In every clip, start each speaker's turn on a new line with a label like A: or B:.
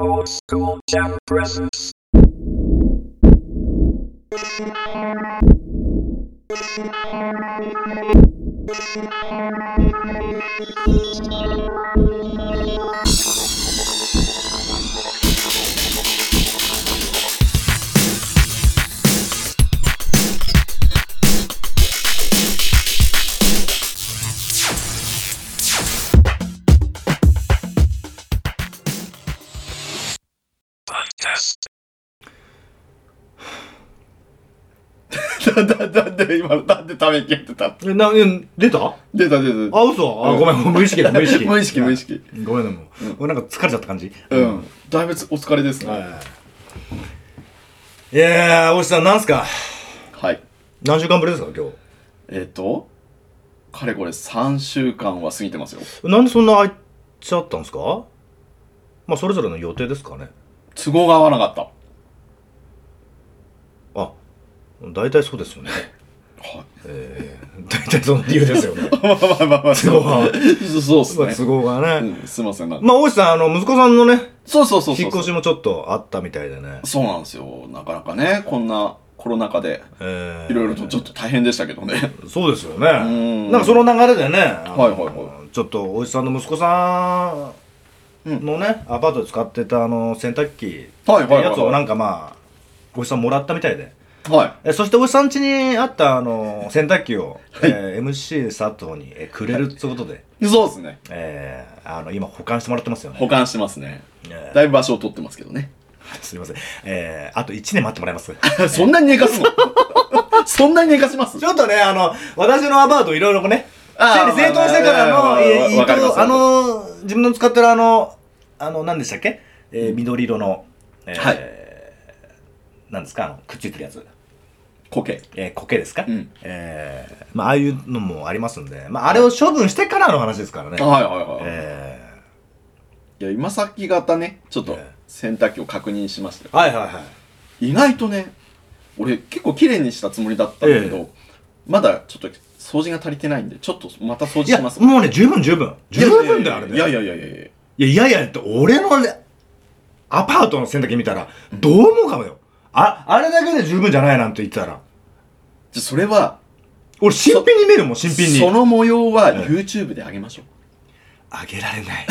A: Old school jam presents. Podcast.
B: だだだって今なんでため息やってた
C: え、な、え、出たあ、
B: 出た出た出た
C: 嘘あ、ごめん、もう無意識 だ、無意識。
B: 無意識無意識
C: ごめんね、もう。もうなんか疲れちゃった感じ。
B: うんだいぶお疲れですね
C: はい。いやー、大石さん、なんすか
B: はい
C: 何週間ぶりですか、今
B: えっ、とかれこれ3週間は過ぎてますよ
C: 日。なんでそんな空いちゃったんですかまあ、それぞれの予定ですかね。
B: 都合が合わなかった
C: あ、大体そうですよね。
B: はい
C: えー、大体その理由ですよ ね。
B: まあまあまあまあ
C: 都合が
B: そうそうっす
C: 都
B: ね、
C: 合が
B: う
C: ね。
B: ん、すいませんなんか
C: まあ、大石さん、あの、息子さんのね、
B: そうそうそうそう
C: 引っ越しもちょっとあったみたいでね。
B: そうなんですよなかなかねこんなコロナ禍で
C: えー
B: いろいろとちょっと大変でしたけどね
C: そうですよ
B: ん
C: ね。なんかその流れでね、あの
B: はいはいは
C: ちょっとおじさんの息子さんのね、アパートで使ってたあの洗濯機
B: はい
C: って
B: はいはいはい
C: やつをなんかまあ、おじさんもらったみたいで。
B: は
C: えそしておじさん家にあったあの洗濯機 を、えー MC 佐藤に、えーくれるってことで、
B: いそうですね
C: えーあの今保管してもらってますよ
B: 保
C: ね。
B: 管してますね
C: え
B: だいぶ場所を取ってますけど ね
C: ーすいません。えーあと1年待ってもらいます。
B: そんなに寝かすの そんなに寝かします
C: ちょっとね、あの、私のアパートいろいろね、
B: あー
C: 整理整頓してか
B: ま
C: ら
B: あまあま
C: の、
B: あ
C: えー
B: わかります
C: あの、自分の使ってるあの、あの、何でしたっけえー、緑色の、えー
B: はい
C: なんですかあの、くっついてるやつ。
B: コケ
C: えー、苔ですか、
B: うん
C: えーまあ、ああいうのもありますんで、まあ、あれを処分してからの話ですからね。
B: はいはいはい、
C: え
B: いや今先方ねちょっと
C: ええ
B: 洗濯機を確認しましたよ
C: ーはいはいはい。
B: 意外とね俺結構綺麗にしたつもりだったんだけど、
C: え
B: まだちょっと掃除が足りてないんでちょっとまた掃除
C: いや、
B: し
C: も
B: ます
C: うね、十分十分。十分
B: いや
C: だよ、あれね。
B: いやいやいやいやいやいや
C: いや、いやいやって、俺のね、アパートの洗濯機見たら、どう思うかもよ。あ、あれだけで十分じゃないなんて言ってたら。
B: じゃそれは
C: 俺、新品に見えるもん、新品に。
B: その模様は
C: ええ
B: YouTube であげましょう、
C: あげられない。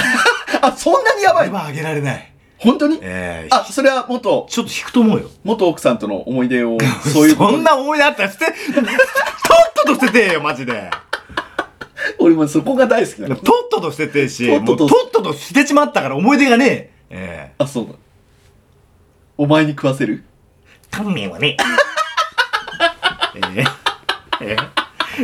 B: あそんなにや
C: あ
B: ば
C: れ
B: い
C: はあげられない。
B: 本当に
C: ええ
B: あそれは元
C: ちょっと引くと思うよ。
B: 元奥さんとの思い出をそ
C: そう
B: いうこと
C: んな思い出あったら捨て、とっとと捨ててえよ、マジで。
B: 俺もそこが大好きな
C: と
B: の
C: っとと捨ててえし、
B: とっ
C: も
B: と
C: う
B: と
C: とっとと捨てちまったから思い出がねえ。え
B: あそうだお前に食わせる
C: えタンメンはね。えええ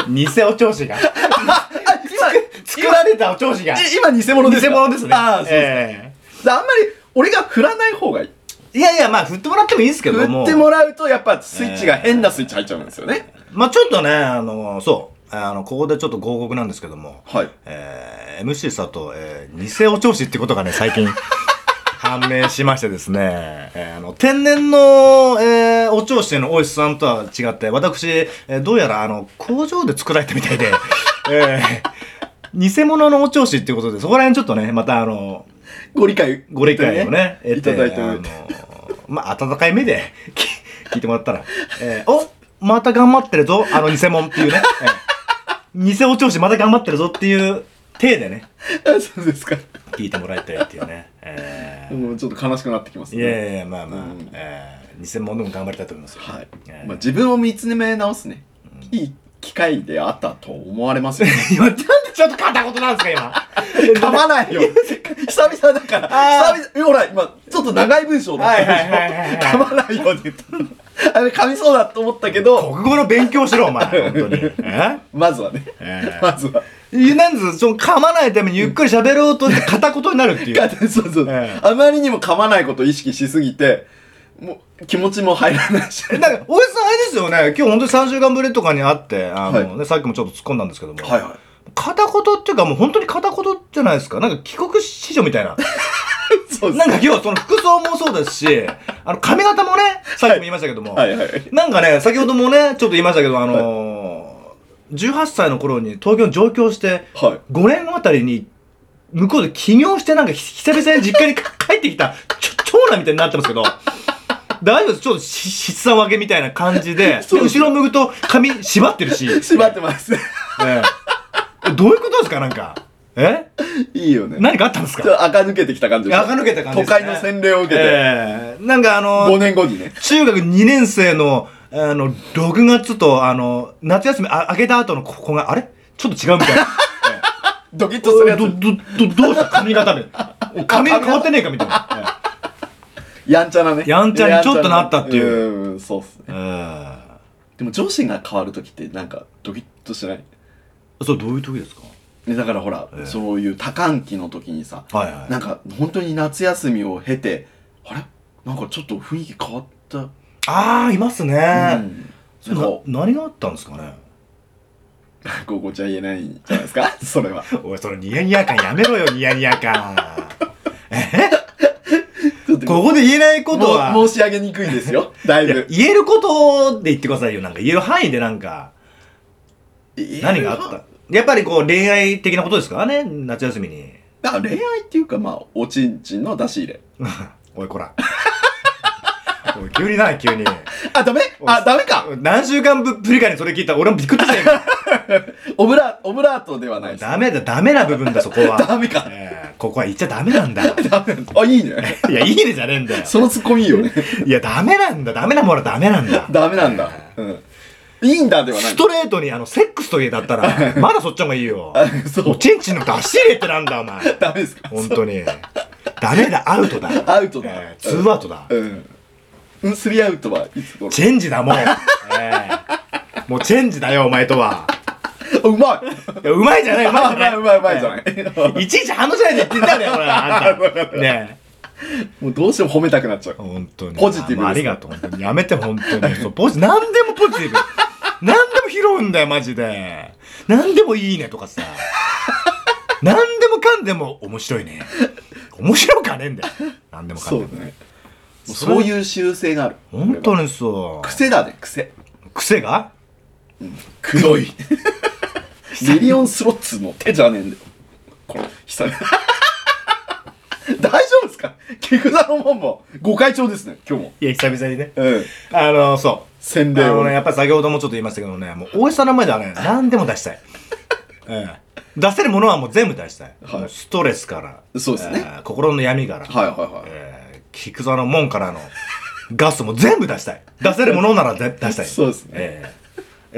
C: え偽お調子が。
B: あ今
C: 作られたお調子が。
B: え、今偽物です
C: 偽
B: か
C: 物ですね。
B: ああ、そうです、
C: え
B: だあんまり、俺が振らない方がいい。
C: えいやいや、まあ、振ってもらってもいいですけど
B: 振
C: も。
B: ってもらうと、やっぱスイッチが変なスイッチ入っちゃうんですよね。
C: まあ、ちょっとね、あの、そう。あの、ここでちょっと合告なんですけども。
B: はい。
C: えー、MC 佐藤、えー、偽お調子ってことがね、最近判明しましてですね、えーあの、天然の、えー、お調子の大石さんとは違って、私、えーどうやら、あの、工場で作られたみたいで、えー、偽物のお調子っていうことで、そこら辺ちょっとね、またあの、
B: ご理解。
C: ご理解をね、
B: いただいて
C: あ
B: おい
C: の
B: て。
C: まあ、温かい目で 聞いてもらったら、えーおまた頑張ってるぞ、あの偽物っていうね、えー偽お調子また頑張ってるぞっていう体でね、
B: あ そうですか。
C: 聞いてもらいたいっていうね。えー
B: もうちょっと悲しくなってきます
C: い
B: ね。
C: やいや、まあまあ、
B: うん
C: えー偽物でも頑張りたいと思いますよ。
B: はい
C: え。ー
B: まあ、自分を見つめ直すね。いい機会であったと思われますよね。
C: 今、なんでちょっと片言なんですか、今。
B: 噛まないよ。久々だから。
C: あー
B: 久々、ほら、今、ちょっと長い文章だったでしょ。
C: はいはいはいはい
B: 噛まないよって言ったの。あれ、噛みそうだと思ったけど、
C: 国語の勉強しろ、お前。本当に。え
B: まずはね。
C: えー
B: まずは。
C: いやなんですその噛まないためにゆっくり喋ろうとして片言になるっていう。
B: そうそう、
C: ええ
B: あまりにも噛まないことを意識しすぎてもう気持ちも入らないし
C: なんか、大江さんあれですよね、今日本当に3週間ぶりとかに会って、あのね、さっきもちょっと突っ込んだんですけども、
B: はいは
C: 片言っていうかもう本当に片言じゃないですか。なんか帰国子女みたいな。
B: いそうで
C: な
B: す
C: んか今日その服装もそうですし、あの髪型もね、さっきも言いましたけども、
B: はいはい
C: なんかね、先ほどもね、ちょっと言いましたけど、あのー18歳の頃に東京に上京して、
B: はい
C: 5年後あたりに、向こうで起業してなんかひ久々に実家に帰帰ってきた、ちょラみたいになってますけど、大丈夫です。ちょっとし質さ分けみたいな感じで、で
B: そうです
C: 後ろ向くと髪縛ってるし、
B: 縛ってます。
C: ええどういうことですかなんか。え
B: いいよね。
C: 何かあったんです
B: ちょっ
C: か
B: と垢抜けてきた感じでしょ
C: 垢抜けた感じですね
B: 都会の洗礼を受けて、
C: ええなんかあの
B: 5年後にね。
C: 中学2年生の、あの、6月と、あの、夏休みあ明けた後のここが、あれちょっと違う みたいな。
B: ドキッとする
C: ど、
B: や
C: ど、
B: つ。
C: ど、どうした髪型で。お髪変わってねえかみたいな。
B: やんちゃなね。
C: やんちゃにちょっとなったっていう
B: う。うん、そうっすね。
C: ええ
B: でも女子が変わるときってなんかドキッとしない
C: それどういう時ですか
B: ね、だからほら、
C: ええ
B: そういう多感期の時にさ、
C: はいはい。
B: なんか本当に夏休みを経て、あれなんかちょっと雰囲気変わった。
C: ああ、いますね。
B: うん
C: そ
B: なん
C: れな
B: か、
C: 何があったんですかね
B: ごごちゃ言えないんじゃないですか それは。
C: おい、そのニヤニヤ感やめろよ、ニヤニヤ感。
B: ちょっと
C: ここで言えないことは、
B: も申し上げにくいです よ。だい
C: いや
B: ぶ。
C: 言えることで言ってくださいよ。なんか言える範囲でなんか、何があったやっぱりこう恋愛的なことですからね、夏休みに。
B: だから恋愛っていうかまあおちんちんの出し入れ
C: おい、こ ら。おい、急にな、急に。
B: あダメあダメか
C: 何週間ぶぶりかにそれ聞いたら俺もびっくりしたよ。
B: オブラオブラートではないです
C: ダメだ、ダメな部分だ、そこ は。
B: ダメか
C: えーここは言っちゃダメなんだ。い
B: ダメ あいいね
C: や、いいねじゃねえんだよ。
B: そのツッコミいいよね
C: いや、ダメなんだ、ダメなものはダメなんだ。
B: ダメなんだうんいいんだではない
C: ストレートに、あの、セックスと言えだっ たら、まだそっちの方がいいよ。
B: あそ
C: お
B: う
C: ちんちんの出し入れってなんだ、お 前。
B: ダメですか
C: 本当に。ダメだ、アウトだ。
B: アウトだ
C: えーツーアウトだ。
B: うんうんスリーアウトはいつ頃
C: チェンジだ、もう。えーもうチェンジだよ、お前とは。
B: あうま
C: いやうまいじゃない、うまい じゃない。
B: いうまいうまいじゃない
C: いちいち反応しないで言ってんだよ、これ、あ んた。ねえ。
B: もうどうしても褒めたくなっちゃう
C: 本当に。
B: ポジティブです
C: あありがとう。本当にやめて、本当に。そう、ポジ、何でもポジティブ。何でも拾うんだよ、マジで。何でもいいねとかさ。何でもかんでも面白いね。面白かねえんだよ。何でもか
B: そ
C: ん
B: う
C: で
B: だ
C: も。
B: ねもうそういう習性がある
C: 本当
B: に
C: にそう。
B: 癖だね癖
C: 癖が
B: くどい ミリオンスロッツの手じゃねえんだよこれ久々 大丈夫ですか菊田の門もご会長ですね今日も
C: いや、久々にね。
B: うん
C: あの、そう。
B: 洗
C: あ
B: 礼
C: の
B: を
C: ね、
B: ね
C: やっぱり先ほどもちょっと言いましたけどね、もう大石さんの前ではね、何でも出したい。ええ出せるものはもう全部出したい。
B: はい
C: もうストレスから、
B: そうですね
C: ええ心の闇から、
B: はいはいはい、
C: ええ菊座の門からのガスも全部出したい。出せるものならぜ出したい。
B: そうですね
C: えええ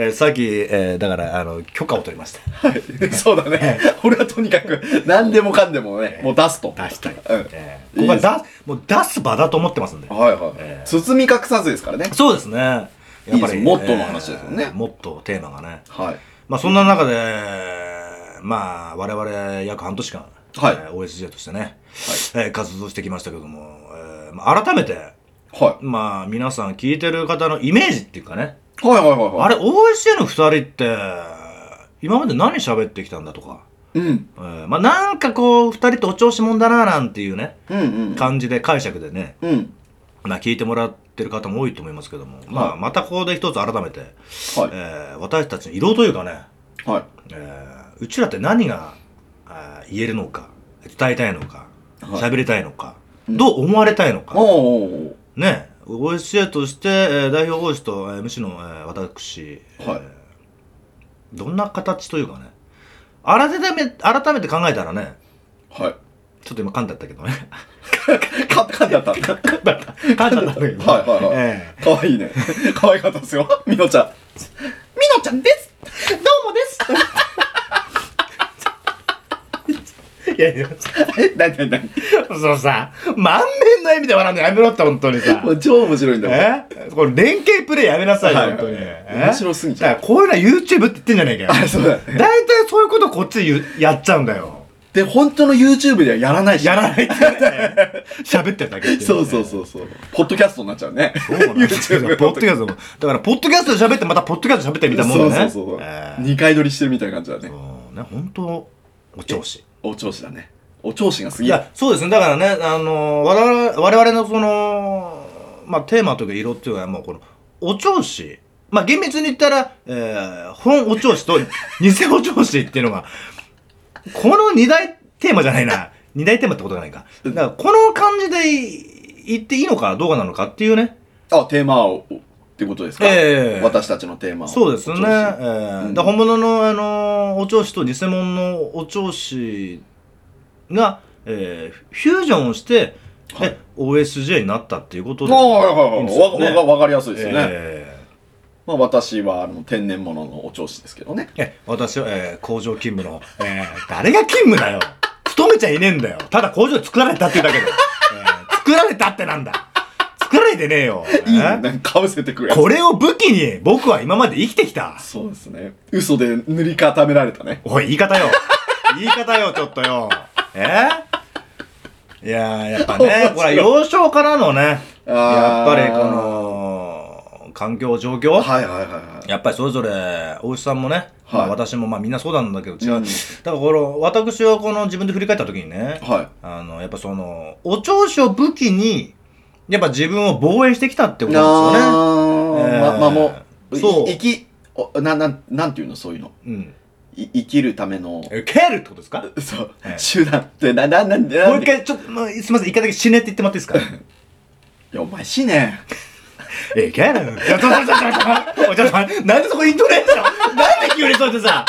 C: えさっき、ええだからあの許可を取りました。
B: はい、 そうだね俺はとにかく何でもかんでもねもう出すと
C: 出したい。
B: うん
C: ええここはだもう出す場だと思ってますんで。
B: はいはい、
C: ええ
B: 包み隠さずですからね
C: そうですね。やっぱり
B: いいですモットーの話ですよね
C: ええモットーテーマがね。
B: はい
C: まあそんな中で、まあ我々約半年間、
B: はい
C: えー OSJ としてね、えー活動してきましたけども、えーまあ、改めて、
B: は
C: まあ皆さん聞いてる方のイメージっていうかね、
B: いはいはいはいはい
C: あれ OSJ の二人って、今まで何喋ってきたんだとか、
B: うん
C: えーまあなんかこう二人とお調子者だななんていうね、
B: うんうん
C: 感じで解釈でね、
B: うん
C: まあ聞いてもらってる方も多いと思いますけども、ま
B: は
C: あまたここで一つ改めて、
B: は
C: えー私たちの色というかね、
B: いは
C: えーうちらって何があー言えるのか伝えたいのか
B: はい
C: 喋、りたいのか、
B: うん
C: どう思われたいの
B: いお
C: か、
B: うおうおう
C: ね OSJ として、えー代表講師と、えー MC の、えー私、
B: はい
C: えーどんな形というかね改め改めて考えたらね
B: はい
C: ちょっと今噛んだったけどね
B: かかんだった
C: 噛んだった噛んだったんだけど、
B: はいはいはい
C: え
B: かわいいね。かわいかったですよ。みのちゃん。みのちゃんです。どうもです。
C: ーいやいや
B: え、なになになに
C: そのさ満面の笑みで笑うのやめろって本当にさ
B: もう超面白いんだよ。
C: えこれ連携プレイやめなさいよ、
B: はい
C: 本当に。え
B: 面白すぎちゃう
C: だからこういうのは YouTube って言ってんじゃねえか
B: あ、
C: よ。
B: そうだ。
C: 大体そういうことこっちで言うやっちゃうん だよ。
B: で、本当の YouTube ではやらないし。
C: やらないって言うね喋ってるだけっていね
B: そうそうそうそう。ポッドキャストになっちゃうね。
C: そうなんですよ
B: YouTube
C: ポッドキャストも。だから、ポッドキャストで喋って、またポッドキャストで喋ってみたいな
B: そ
C: もん
B: う
C: だ
B: そう
C: ね。
B: そう。
C: ええ
B: 二回撮りしてるみたいな感じだね。
C: そうね、本当お調子。
B: お調子だね。お調子がす
C: い
B: ぎる。
C: や、そうですね。だからね、あの、我々、我々のその、まあ、テーマというか色っていうのはもうこの、お調子。まあ、厳密に言ったら、えー、本お調子と 偽お調子っていうのが、この二大テーマじゃないな。二大テーマってことがないか。だから、この感じで言っていいのかどうかなのかっていうね。
B: あ、テーマを、ってことですか、
C: ええ
B: 私たちのテーマを。
C: そうですね。え
B: お調子
C: ー
B: うん
C: だから本物の、あのーお調子と偽物のお調子が、えーフュージョンして、
B: はい
C: え OSJ になったっていうこと
B: ああ、はいはいはい
C: いいんです
B: わ
C: よね
B: わわかりやすいですよね。
C: えー
B: まあ私はあの天然物のお調子ですけどね。
C: え私は、えー工場勤務の、えー誰が勤務だよ勤めちゃいねえんだよただ工場で作られたっていうだけだよ、えー作られたってなんだ作られてねえよ、
B: いいね。
C: えー
B: なんかぶせてくるやつ
C: これを武器に僕は今まで生きてきた
B: そうですね。嘘で塗り固められたね。
C: おい、言い 方よ。言い方よ、ちょっとよ。えいやー、やっぱ
B: 面白
C: ね
B: い、
C: これは幼少からのね、
B: あー
C: やっぱりこの、環境、状況、
B: はいはいはいはい。
C: やっぱりそれぞれ、大石さんもね、ま
B: は
C: あ
B: い
C: 私も、まあみんなそうなんだけど違う。
B: うん
C: だからこの、私はこの自分で振り返った時にね、
B: はい。
C: あの、やっぱその、お調子を武器に、やっぱ自分を防衛してきたってことですよね。
B: あー
C: えー
B: ままあもう、
C: そう
B: い生き、おな、なん、なんていうのそういうの。
C: うん。
B: い生きるための、
C: え帰るってことですか
B: そう
C: え、
B: 手
C: ー
B: 段って、な、な、なんで、
C: も
B: な
C: うん一
B: で。い
C: 回、ちょっと、まあすみません、一回だけ死ねって言ってもらっていいですか
B: や、お前死ね。
C: ええかやな。いや、ちょ、ちょ、ちょ、ちょ、ちょ、ちょ、ちょ、なんでそこイントネーションなんで急にそうやってさ、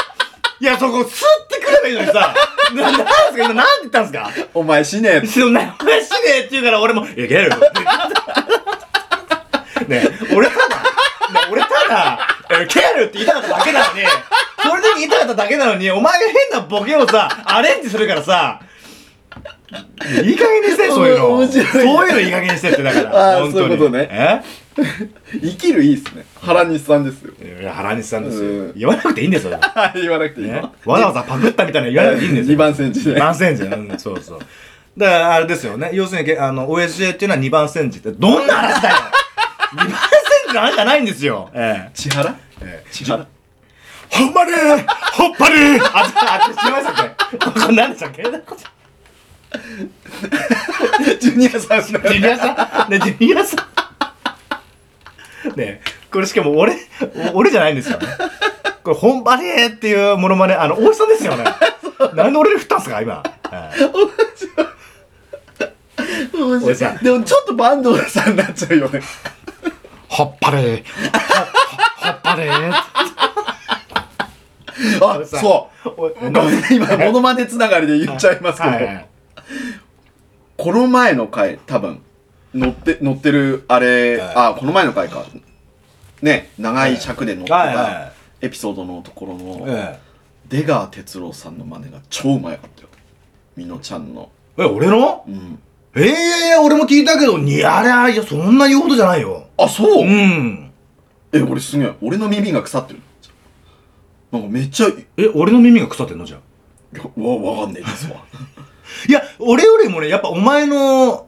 C: いや、そこスッてくればいいのにさ、な、なんですか今、なんて言ったんですか
B: お前死ね。
C: そんな、おかしいねって言うから俺も、いや、けやろ。ねえ俺ただ、ねえ俺ただ、え、けやろって言いたかっただけなのに、それで言いたかっただけなのに、お前が変なボケをさ、アレンジするからさ、いい加減にして、そういうの。
B: 面
C: そう
B: 白い
C: いうのいい加減にしてって、だから。
B: あー
C: 本当に
B: そういうことね
C: え
B: 生きるいいっすね。原西さんですよ。
C: いや原西さんです
B: う
C: よ
B: ん。
C: 言わなくていいんです よ。
B: はい、言わなくていい
C: ね
B: の。
C: わざわざパクったみたいなの言わなくていいんですよ。
B: 二番煎じね
C: 二番煎じうんそうそう。だから、あれですよね。要するにけ、あの、OSJ っていうのは二番煎じって、どんな話だよ二番煎じの話じゃないんですよ。え
B: 千原
C: え。
B: 千原
C: ほんまねほっぱねあ、あ、違いましたっけこれ何でしたっけ
B: ジュニアさんの。
C: ジュニアさんね、ジュニアさん。ねこれしかも俺、お俺じゃないんですよね。これ、本場でっていうモノマネ、あの、大石さんですよね。なんで俺に振ったんすか、今。はい
B: 面
C: 俺さ
B: 白いでもちょっとバンドさんになっちゃうよね。
C: ほっぱれほほっぱれ
B: あ、そう。
C: おい
B: ごめんね今、モノマネつながりで言っちゃいますけど、
C: はいはい
B: この前の回、多分、乗って、乗ってる、あれ、
C: はい
B: あ、この前の回か。ね、長い尺で乗って
C: はいはいは
B: た
C: い
B: エピソードのところの、
C: え
B: 出川哲朗さんの真似が超うまいかったよ。みのちゃんの。
C: え、え俺の
B: うん。
C: ええ俺も聞いたけど、にあれあれ、いや、そんな言うことじゃないよ。。
B: あ、そううんえ、俺すげえ。俺の耳が腐ってる。なんかめっちゃ、い
C: え、俺の耳が腐ってんのじゃあ
B: やわ、わかんないです わ。
C: いや、俺よりもね、やっぱお前の、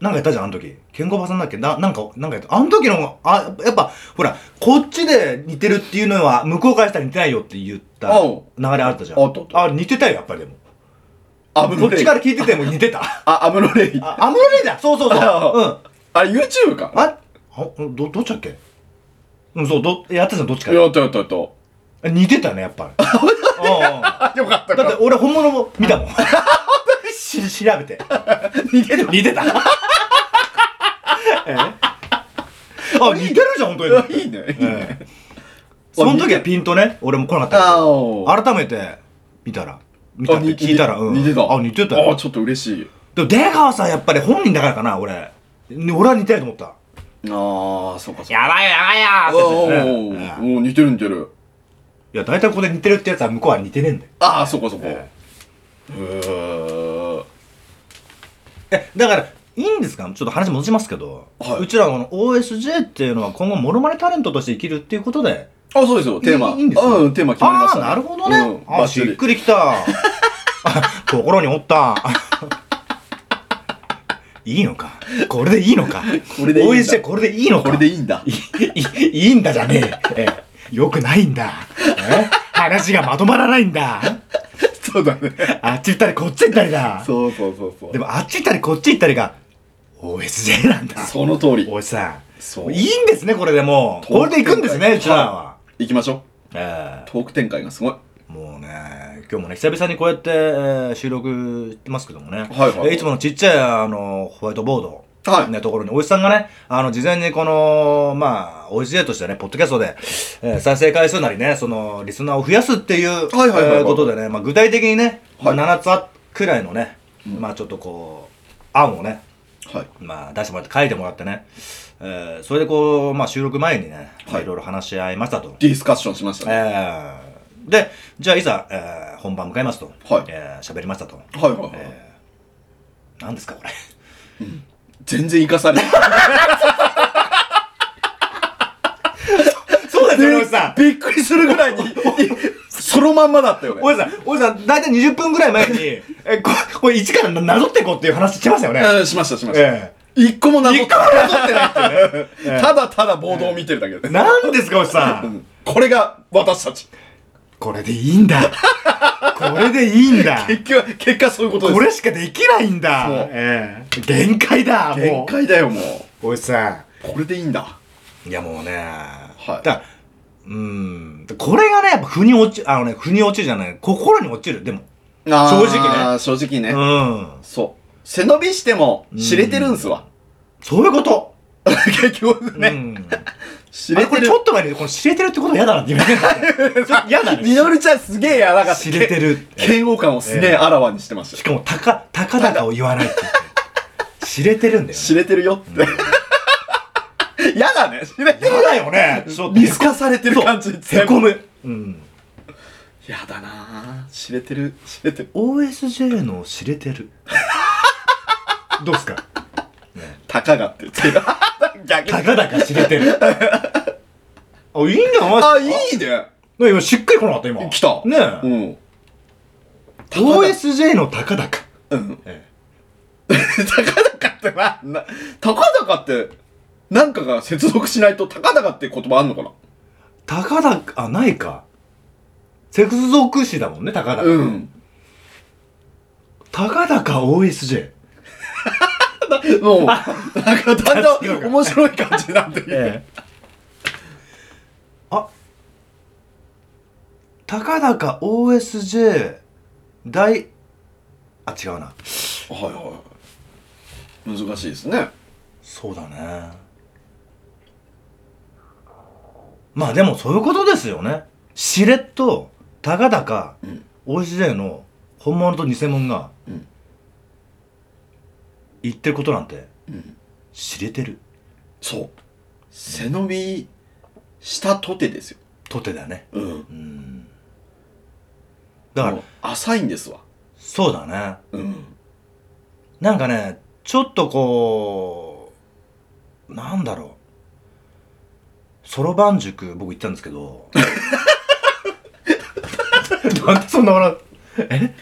C: なんかやったじゃん、あの時。ケンコバさんだっけな、なんか、なんかやった。あの時の方が、あ、やっぱ、ほら、こっちで似てるっていうのは、向こうからしたら似てないよって言った
B: あ
C: 流
B: お
C: れあったじゃん。
B: あったあった
C: あ、似てたよ、やっぱりでも。
B: アム
C: こ
B: ロ
C: っ
B: レ
C: ち
B: イ
C: か。ら聞いてても似てた。
B: あ、アムロレイ。
C: あ、アムロレイだそうそうそう。
B: あ
C: うん。
B: あれ YouTube か
C: あ、あど、どっちだっけうん、そう、ど、やったじゃん、どっちか
B: やったやったやった。よ
C: 似てたね、やっ ぱり。あ
B: かっ
C: あ
B: た
C: だって俺 本物も見たもん。し調べて。
B: 逃げて
C: 似てた。 えあ、似てるじゃん、本当 に。
B: いいね。いい
C: え
B: ね。
C: えその時はピンとね、俺も来なかった
B: あ
C: け
B: お
C: ど。改めて、見たら。見たって聞いたら、うん
B: 似てた。
C: あ、似てた
B: あ、
C: よ。
B: ちょっと嬉しい。
C: でも、出川さんやっぱり本人だからかな、俺。ね俺は似てると思った。
B: ああ、そうかそうか。
C: やばいよやば
B: お
C: い
B: ーお
C: よって言ってたね
B: ーおー似てる似てる。
C: いや、大体ここで似てるってやつは向こうは似てねえんだよ。
B: ああ、そうかそうか。へ
C: え
B: え。
C: え、だから、いいんですかちょっと話戻しますけど、
B: はいう
C: ちらこの OSJ っていうのは今後モノマネタレントとして生きるっていうことで、
B: あ、そうですよ。テーマ。
C: いいいいんですか
B: うん、テーマ決まりましたね。
C: ああ、なるほどね。
B: うんバ
C: ああ、
B: ッチ
C: しっ
B: リ。
C: くりきた。 あ心におった。 いいのか。これでいいのか。
B: これでいいんだ
C: OSJ これでいいのか。
B: これでいいんだ。
C: いいいいんだじゃねえ。えよくないんだ。え話がまとまらないんだ。
B: そうだね。
C: あっち行ったりこっち行ったりだ。
B: そうそうそうそう。
C: でもあっち行ったりこっち行ったりが OSJ なんだ。
B: その通り。
C: おじさ
B: そ
C: ん。
B: う
C: いいんですね、これでもう。これで行くんですね、うちらは。
B: 行きましょ
C: え
B: う。トーク展開がすごい。
C: えもうね、今日もね、久々にこうやって、えー収録してますけどもね。
B: はいはい
C: えーいつものちっちゃい、あの、ホワイトボード。
B: はい
C: ね、ところに、おじさんがね、あの、事前にこの、まあ、OGA としてね、ポッドキャストで、えー再生回数なりね、その、リスナーを増やすっていう、
B: はいはいはいはい
C: えーことでね、まあ、具体的にね、
B: はい
C: まあ、7つあくらいのね、まあ、ちょっとこう、案をね、
B: はい。
C: まあ、出してもらって、書いてもらってね、えーそれでこう、まあ、収録前にね、まあ
B: はい
C: いろいろ話し合いましたと。
B: ディスカッションしましたね。
C: えーで、じゃあ、いざ、えー本番迎えますと、
B: はい
C: えー喋りましたと。
B: はいはいはい。
C: えー、何ですか、これ。
B: 全然生かされない。
C: そうですよ、
B: び
C: おじさん。
B: びっくりするぐらいに、そのまんまだったよ
C: お
B: ね。
C: じさん、おじさん、だいたい20分ぐらい前に、え、ここれ一からなぞっていこうっていう話してましたよね。
B: うんしましたしました。
C: え
B: 一個もなぞってない
C: え。なぞってないっていうね。
B: ただただボードを見てるだけで。
C: 何ですか、おじさん。
B: これが私たち。
C: これでいいんだ。これでいいんだ。
B: 結局、結果そういうことです。
C: これしかできないんだ
B: そう。
C: ええ限界だ、
B: 限
C: も
B: 界だよ、もう。
C: う。おじさ
B: これでいいんだ。
C: ん。いや、もうね。
B: はい
C: だうん。これがね、やっぱ、腑に落ち、あのね、腑に落ちるじゃない。心に落ちる、でも。
B: あー
C: 正直。
B: 正直ね。
C: うん。
B: そう。背伸びしても知れてるんすわ。
C: そういうこと。
B: 結局
C: う
B: ね。
C: ん。
B: 知
C: あ
B: れ
C: こ
B: て
C: れ
B: る
C: ち。ょっと前にこの知れてるってこと嫌だなっ て今言ってたちょっと嫌だね
B: みのりちゃんすげえやらかった
C: 知れてるって
B: 嫌悪感をすげえあらわにしてました
C: し
B: よ。
C: かもたかたかだかを言わないって言って知れてるんだよ、
B: 知れてるよって。やだね。知れて
C: ね、
B: る
C: 嫌だよねちょっと
B: 見透かされてる感じ。
C: へ
B: 全部
C: こむ、うん、
B: やだなぁ。知れてる。知れてる。
C: OSJ の知れてるどうっすか
B: たかがって言ってる。逆
C: た
B: に。
C: かだか知れて るあいいんじゃない
B: あ、いいね。
C: い今しっくりこなかった今
B: 来た。
C: ねえ、
B: うん。
C: OSJ のたかだか
B: うん。
C: え
B: たかだかってな、な、たかだかって、なんかが接続しないと、たかだかって言葉あんのかな
C: えたかだかあないか接続詞だもんねたかだか、
B: うん。
C: たかだか OSJ
B: もう、なんかだん
C: 違う
B: だん
C: か
B: 面白い感じになってきて
C: ええあたかだか OSJ 大あ違うな
B: はいはい。難しいですね。
C: そうだねまあでもそういうことですよねしれっとたかだか
B: うん
C: OSJ の本物と偽物が
B: うん
C: 言ってることなんて
B: うん。
C: 知れてる
B: そう。背伸びしたとてですよ。
C: とてだね
B: うん。
C: うんだから
B: もう浅いんですわ。
C: そうだね
B: うん。
C: なんかね、ちょっとこう、なんだろう。そろばん塾、僕行ったんですけど。なんでそんな笑うえ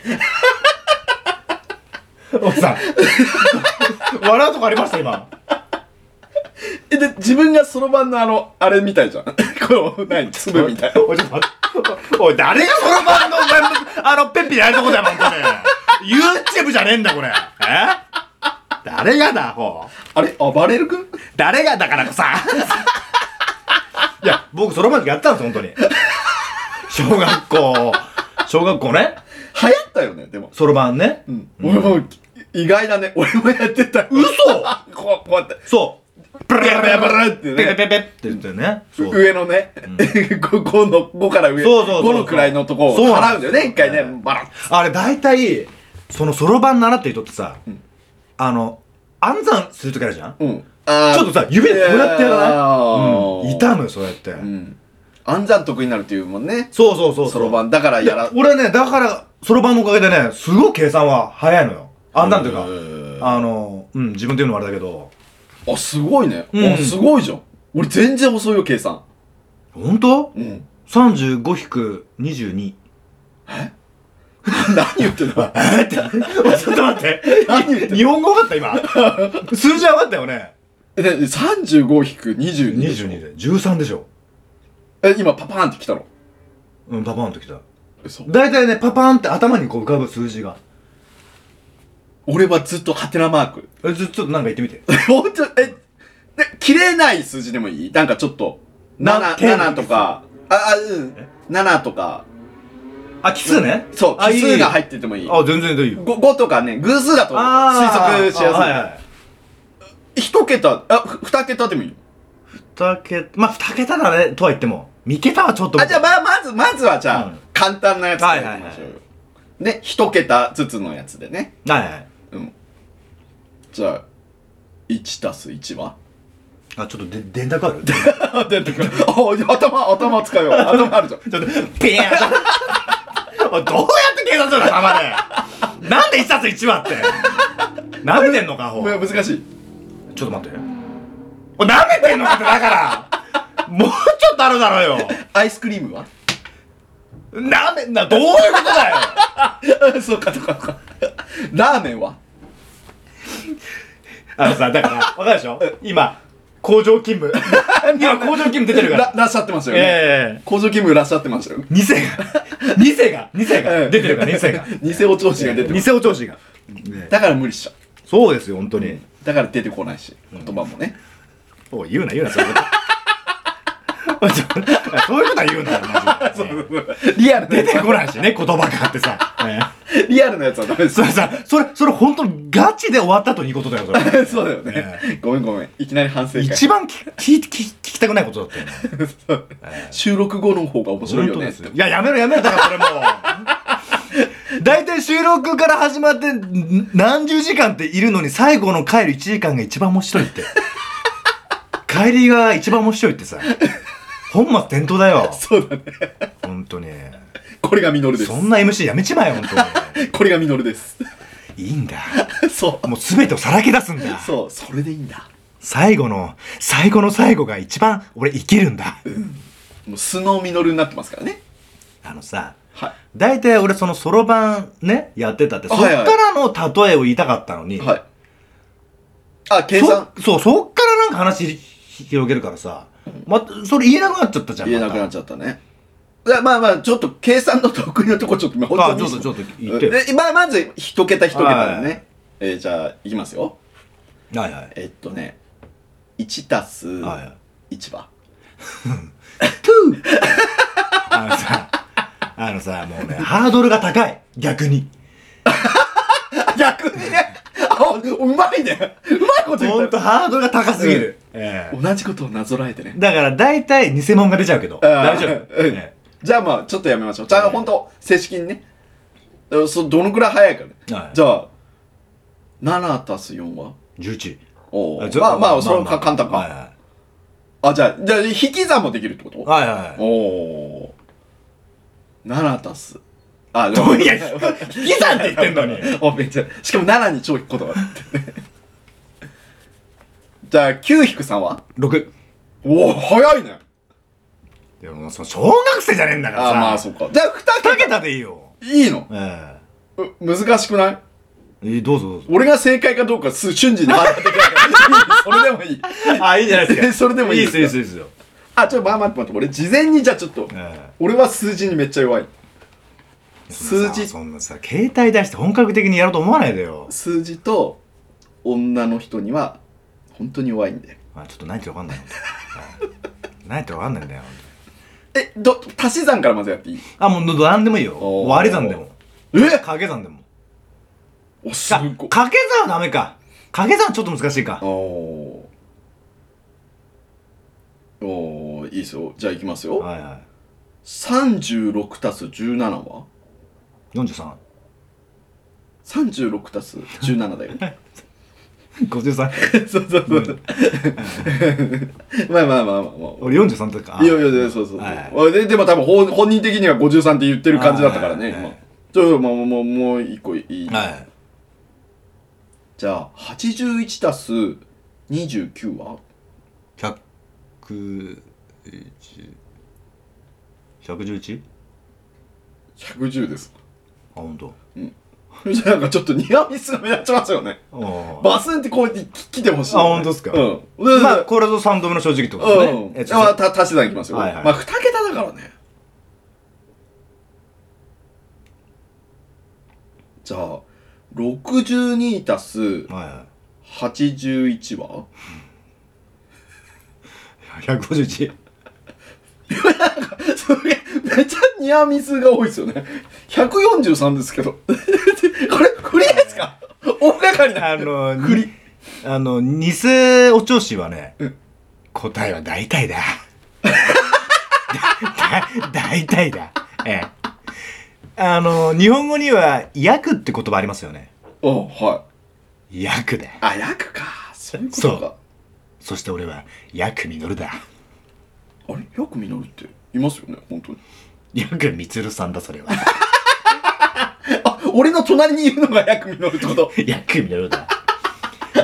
C: おじさん。笑うとこありました今。
B: え、で、自分がそろばんのあの、あれみたいじゃん。 こう、何粒みたいな。
C: おい、ちょっと待っておい、誰がそろばんの、あの、ペッピーやるとこだよ、ほんとに。YouTube じゃねえんだ、これ。え誰がだ、ほう。
B: あれ暴れる君
C: 誰がだからさいや僕そろばん塾やったんです本当に小学校小学校ね
B: 流行ったよね、でも。
C: そろばんね、
B: うん。俺も、意外だね。俺もやってた。
C: 嘘
B: こう、こうやって。
C: そうブ
B: ペラペラペラってね
C: ペペペペって言ってねそう
B: 上のね、 ここの、5から上、
C: そうそうそうそう
B: 5の位のとこを
C: そう
B: 払
C: な
B: うんだ
C: んです
B: よ
C: よ
B: ね、一回ね
C: は、
B: バラッ
C: あれ大体そのそろばん習ってる人ってさ、
B: うん
C: あの暗算する時あるじゃん、
B: うん。あー
C: ちょっとさ指でこうやってやらない、
B: えー
C: うん、痛むよそうやって、
B: うん。暗算得意になるっていうもんね。
C: そうそうそう
B: そろばんだから
C: い
B: やら
C: や、俺ね、だから、そろばんのおかげでね、すごい計算は早いのよ。あんなんていう
B: へー
C: か、あの、うん、自分で言うのもあれだけど。
B: あ、すごいね。
C: うん
B: あ、すごいじゃん。俺全然遅いよ、計算。
C: ほんと
B: うん。
C: ?35 引く22。
B: 何言ってんの
C: えって、ちょっと待って。
B: 何言ってんの
C: 日本語分かった今。数字分かったよね。
B: えで35引く22でしょ
C: 22で。13でしょ。
B: え今パパーンってきたの
C: うん、パパーンときた。
B: 嘘
C: だいたいね、パパーンって頭にこう浮かぶ数字が。
B: 俺はずっとハテナマーク
C: え、ちょちょっとなんか言ってみて。
B: 本当えで切れない数字でもいいなんかちょっと
C: な
B: 7,
C: 点
B: 7とかああうん
C: え
B: 7とか
C: あ、奇数ね
B: そう
C: あ
B: 奇数が入
C: い
B: っててもい
C: い
B: い
C: あ、全然いいよ。
B: 5, とかね偶数だと推
C: あー
B: 測しやすい、
C: あはいはい
B: 一桁、あ、ふ二桁でもいいよ。
C: 二桁、まあ二桁だね、とは言っても。三桁はちょっと。
B: あ、じゃあ、まあ、まず、まずはじゃあ、
C: うん
B: 簡単なやつから
C: はいはいい
B: き
C: はい
B: ましょうよ。ね、一桁ずつのやつでね。
C: はいはい。
B: うん。じゃあ、1たす1は
C: あ、ちょっとで、電卓あ る
B: あ、出てくる。あ、頭、頭使うよう。頭あるじゃん。
C: ちょっと、ピーンおいどうやって計算するの、頭で。なんで一冊一話って。舐めてんのか、ほ
B: む難しい。
C: ちょっと待って。おい舐めてんのかって、だから。もうちょっとあるだろうよ。
B: アイスクリームは
C: 舐めんな、どういうことだ よ。
B: そうか、そうか、そうか。ラーメンは
C: あのさ、だから、わかるでしょ今、工場勤 務。今、工場勤務出てるから
B: ら。らっしゃってましたよね。
C: ええ
B: 工場勤務いらっしゃってましたよ。
C: 二世が、二世が、二世が、出てるから、二世が。
B: 偽お調子が出てる。
C: 偽お調子が。
B: だから無理しちゃう。
C: そうですよ、本当に。
B: だから出てこないし、言葉も ね。
C: おい、言うな、言うな、そういうこと。 そういうことは言うなよ、マ ジでね
B: リアルな
C: 出
B: やつ
C: て
B: は
C: こないしね、言葉があってさ。ね
B: リアルなやつはダメです
C: そ。れさ、それ、それ本当にガチで終わったということだよ、そ れ。
B: そうだよね。ごめんごめん。いきなり反省会。
C: 一番き聞い聞き聞きたくないことだったよね。
B: 収録後の方が面白いよねって。
C: いや、やめろ、やめろ、だからそれもう。 大体収録から始まってん何十時間っているのに最後の帰る1時間が一番面白いって。 帰りが一番面白いってさ。本末転倒だよ。
B: そうだね。
C: 本当に。
B: これがミノルです
C: そ。んな MC やめちまえよ、本
B: これがミノルです。
C: 当に。いいんだ。
B: そ
C: もう全てをさらけ出すんだ
B: う。。そう、それでいいんだ。
C: 最後の、最後の最後が一番俺生きるんだ。
B: もう素のミノルになってますからね。
C: あのさ、
B: は
C: 大体俺そのそろばんね、やってたって、そ
B: は
C: っ
B: いはい
C: からの例えを言いたかったのに、
B: い。はい。あ、計算
C: そそう、そっからなんか話ひ広げるからさ、ま、それ言えなくなっちゃったじゃん。
B: 言えなくなっ
C: ち
B: ちゃったね。いやまあまあ、ちょっと計算の得意なとこちょっと、ま
C: あ、ちょっとちょっと言ってよ。
B: えまあ、まず一桁一桁で
C: は
B: ね。えーじゃあ、いきますよ。
C: はいはい。
B: えっとね、1たす
C: はいはい。
B: 1は。
C: あのさ、あのさ、もうね、ハードルが高い。逆に。
B: 逆にね、あ、うまいね。うまいこと言
C: ほん
B: った
C: と
B: よ。
C: ハードルが高すぎる。ええ
B: 同じことをなぞらえてね。
C: だから大体偽物が出ちゃうけど、
B: あー
C: 大丈夫。
B: うん
C: え
B: じゃあまあ、ちょっとやめましょう。じゃあ、
C: はい
B: ほんと、正式にね。だからそどのくらい早いかね。
C: はい
B: じゃあ、7たす4は
C: え11。
B: おお
C: ちょ
B: まあまあ、それは簡単
C: はい
B: か。
C: は
B: あ、じゃあ、じゃあ、引き算もできるってこと
C: い。はいはい
B: おお7たす。あ、
C: どういや
B: でも
C: 引き算って言ってんのに。
B: おめっちゃしかも7に超引くことがあるって ねじゃあ9引く3は
C: 6。
B: おお早いね
C: でももうその小学生じゃねえんだから
B: あ
C: さ。
B: あまあそうかじゃあ
C: 2
B: 2桁
C: 桁でいいよ。
B: いいの
C: え
B: う難しくない
C: ええどうぞどうぞ。
B: 俺が正解かどうかす瞬時に判断できないからいいそれでもいい
C: あ、いいじゃないですか。
B: それでもいいで
C: いい
B: す
C: で
B: か
C: すよ、いいですよいいですよ。
B: あちょっとまあ待って待って俺事前にじゃあちょっと
C: え
B: 俺は数字にめっちゃ弱い
C: え
B: 数字
C: そんなさ、そんなさ携帯出して本格的にやろうと思わないでよ。
B: 数字と女の人には本当に弱いんだよ
C: あ、ちょっと何言ってるかわかんない。うん何言ってるかわかんないんだよ。
B: えど足し算からまずやっていい
C: あ、もうど何でもいいよ。
B: おー
C: 割り算でも。
B: え
C: 掛け算でも。
B: おす
C: あ
B: ごい
C: 掛け算はダメか。掛け算はちょっと難しいか。
B: おーおーいいですよじゃあいきますよ
C: はいは。
B: 36たす17はい
C: 43。
B: 36たす17だよ
C: 53。
B: そうそうそう、 まあまあまあまあま
C: 俺43とか。
B: あいやいやいやそうそうそう、
C: はいはい
B: ででも多分本本人的には53って言ってる感じだったからね、
C: はいはいはい
B: 今ちょっともうもうもう一個いい、
C: はい。
B: じゃあ81たす29は
C: 100 111?
B: 110です
C: あ、ほんと。
B: じゃあなんかちょっとニアミスが目立ちますよね
C: あー
B: バスンってこうやって来てほしい、
C: あ本当っすか
B: うん。で
C: まあ、これぞ3度目の正直ってことね。
B: うん。
C: えち
B: じ
C: ょ
B: ゃあ、
C: っと
B: た足し算いきますよ。
C: はいはい
B: まあ、二桁だからね。じゃあ、62たす
C: はいは。
B: 81はい
C: 151?
B: それ、めっちゃニアミスが多いですよね。143ですけど。これ、クリアですか大掛かりな。
C: あの、
B: 栗。
C: あの、偽お調子はね、
B: うん
C: 答えは大体だ。 だ大体だ。ええ。あの、日本語には、訳って言葉ありますよね。
B: おは
C: 訳だ。
B: いあ役かそういうことか
C: そして俺は、訳実だ。
B: あれ役実っていますよね本当に
C: 訳満さんだ、そ れは。
B: あ俺の隣にいるのが役実って こと
C: 訳実だ。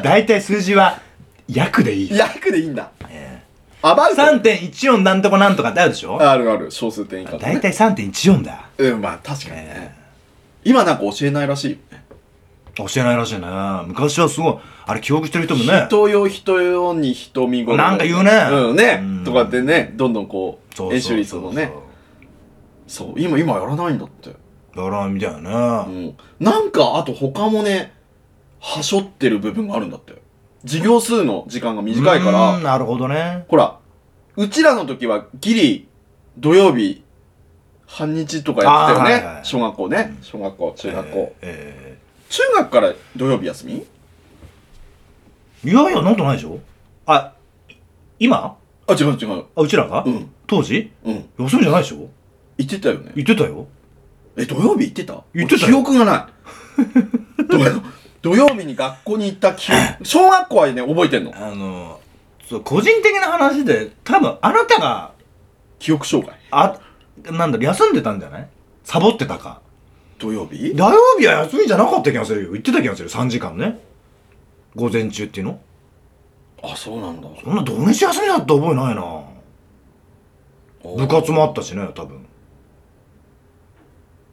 C: 大体数字は、訳でいい。
B: 役でいいんだアバウト
C: 3.14なんとかなんとかってあるでしょ
B: あるある小数点以下
C: 大体3.14だ。
B: うんまあ確かに
C: ええ
B: ね今なんか教えないらしいよね
C: 教えないらしいね昔はすごいあれ記憶してる人もね
B: 人よ人よに人見事
C: なんか言うね
B: うんね
C: うん
B: とかってねどんどんこ
C: そうそうそう
B: う演習率のねそう今今やらないんだって
C: だからみたいなね、
B: うんなんかあと他もねはしょってる部分があるんだって授業数の時間が短いか
C: うーん
B: ら
C: なるほどね
B: ほらうちらの時はギリ土曜日半日とかやってたよ
C: あーはい
B: ね
C: はい
B: 小学校ね小学校中学校
C: え
B: 中学から土曜日休み
C: ーえーいやいやなんとないでしょあ今
B: あ違う違う
C: あうちらが、
B: うん
C: 当時
B: うん
C: 休みじゃないでしょ
B: 行ってたよね
C: 言ってたよ
B: え土曜日行ってた
C: 行って
B: 俺
C: た
B: 記
C: よ
B: 憶がない 土曜土曜日に学校に行った記憶小学校はね覚えてんの
C: あのそう個人的な話で多分あなたが
B: 記憶障害
C: あなんだろ休んでたんじゃないサボってたか
B: 土曜日
C: 土曜日は休みじゃなかった気がするよ言ってた気がする3時間ね午前中っていうの
B: あそうなんだ
C: そんな土日休みだった覚えないな部活もあったしね多分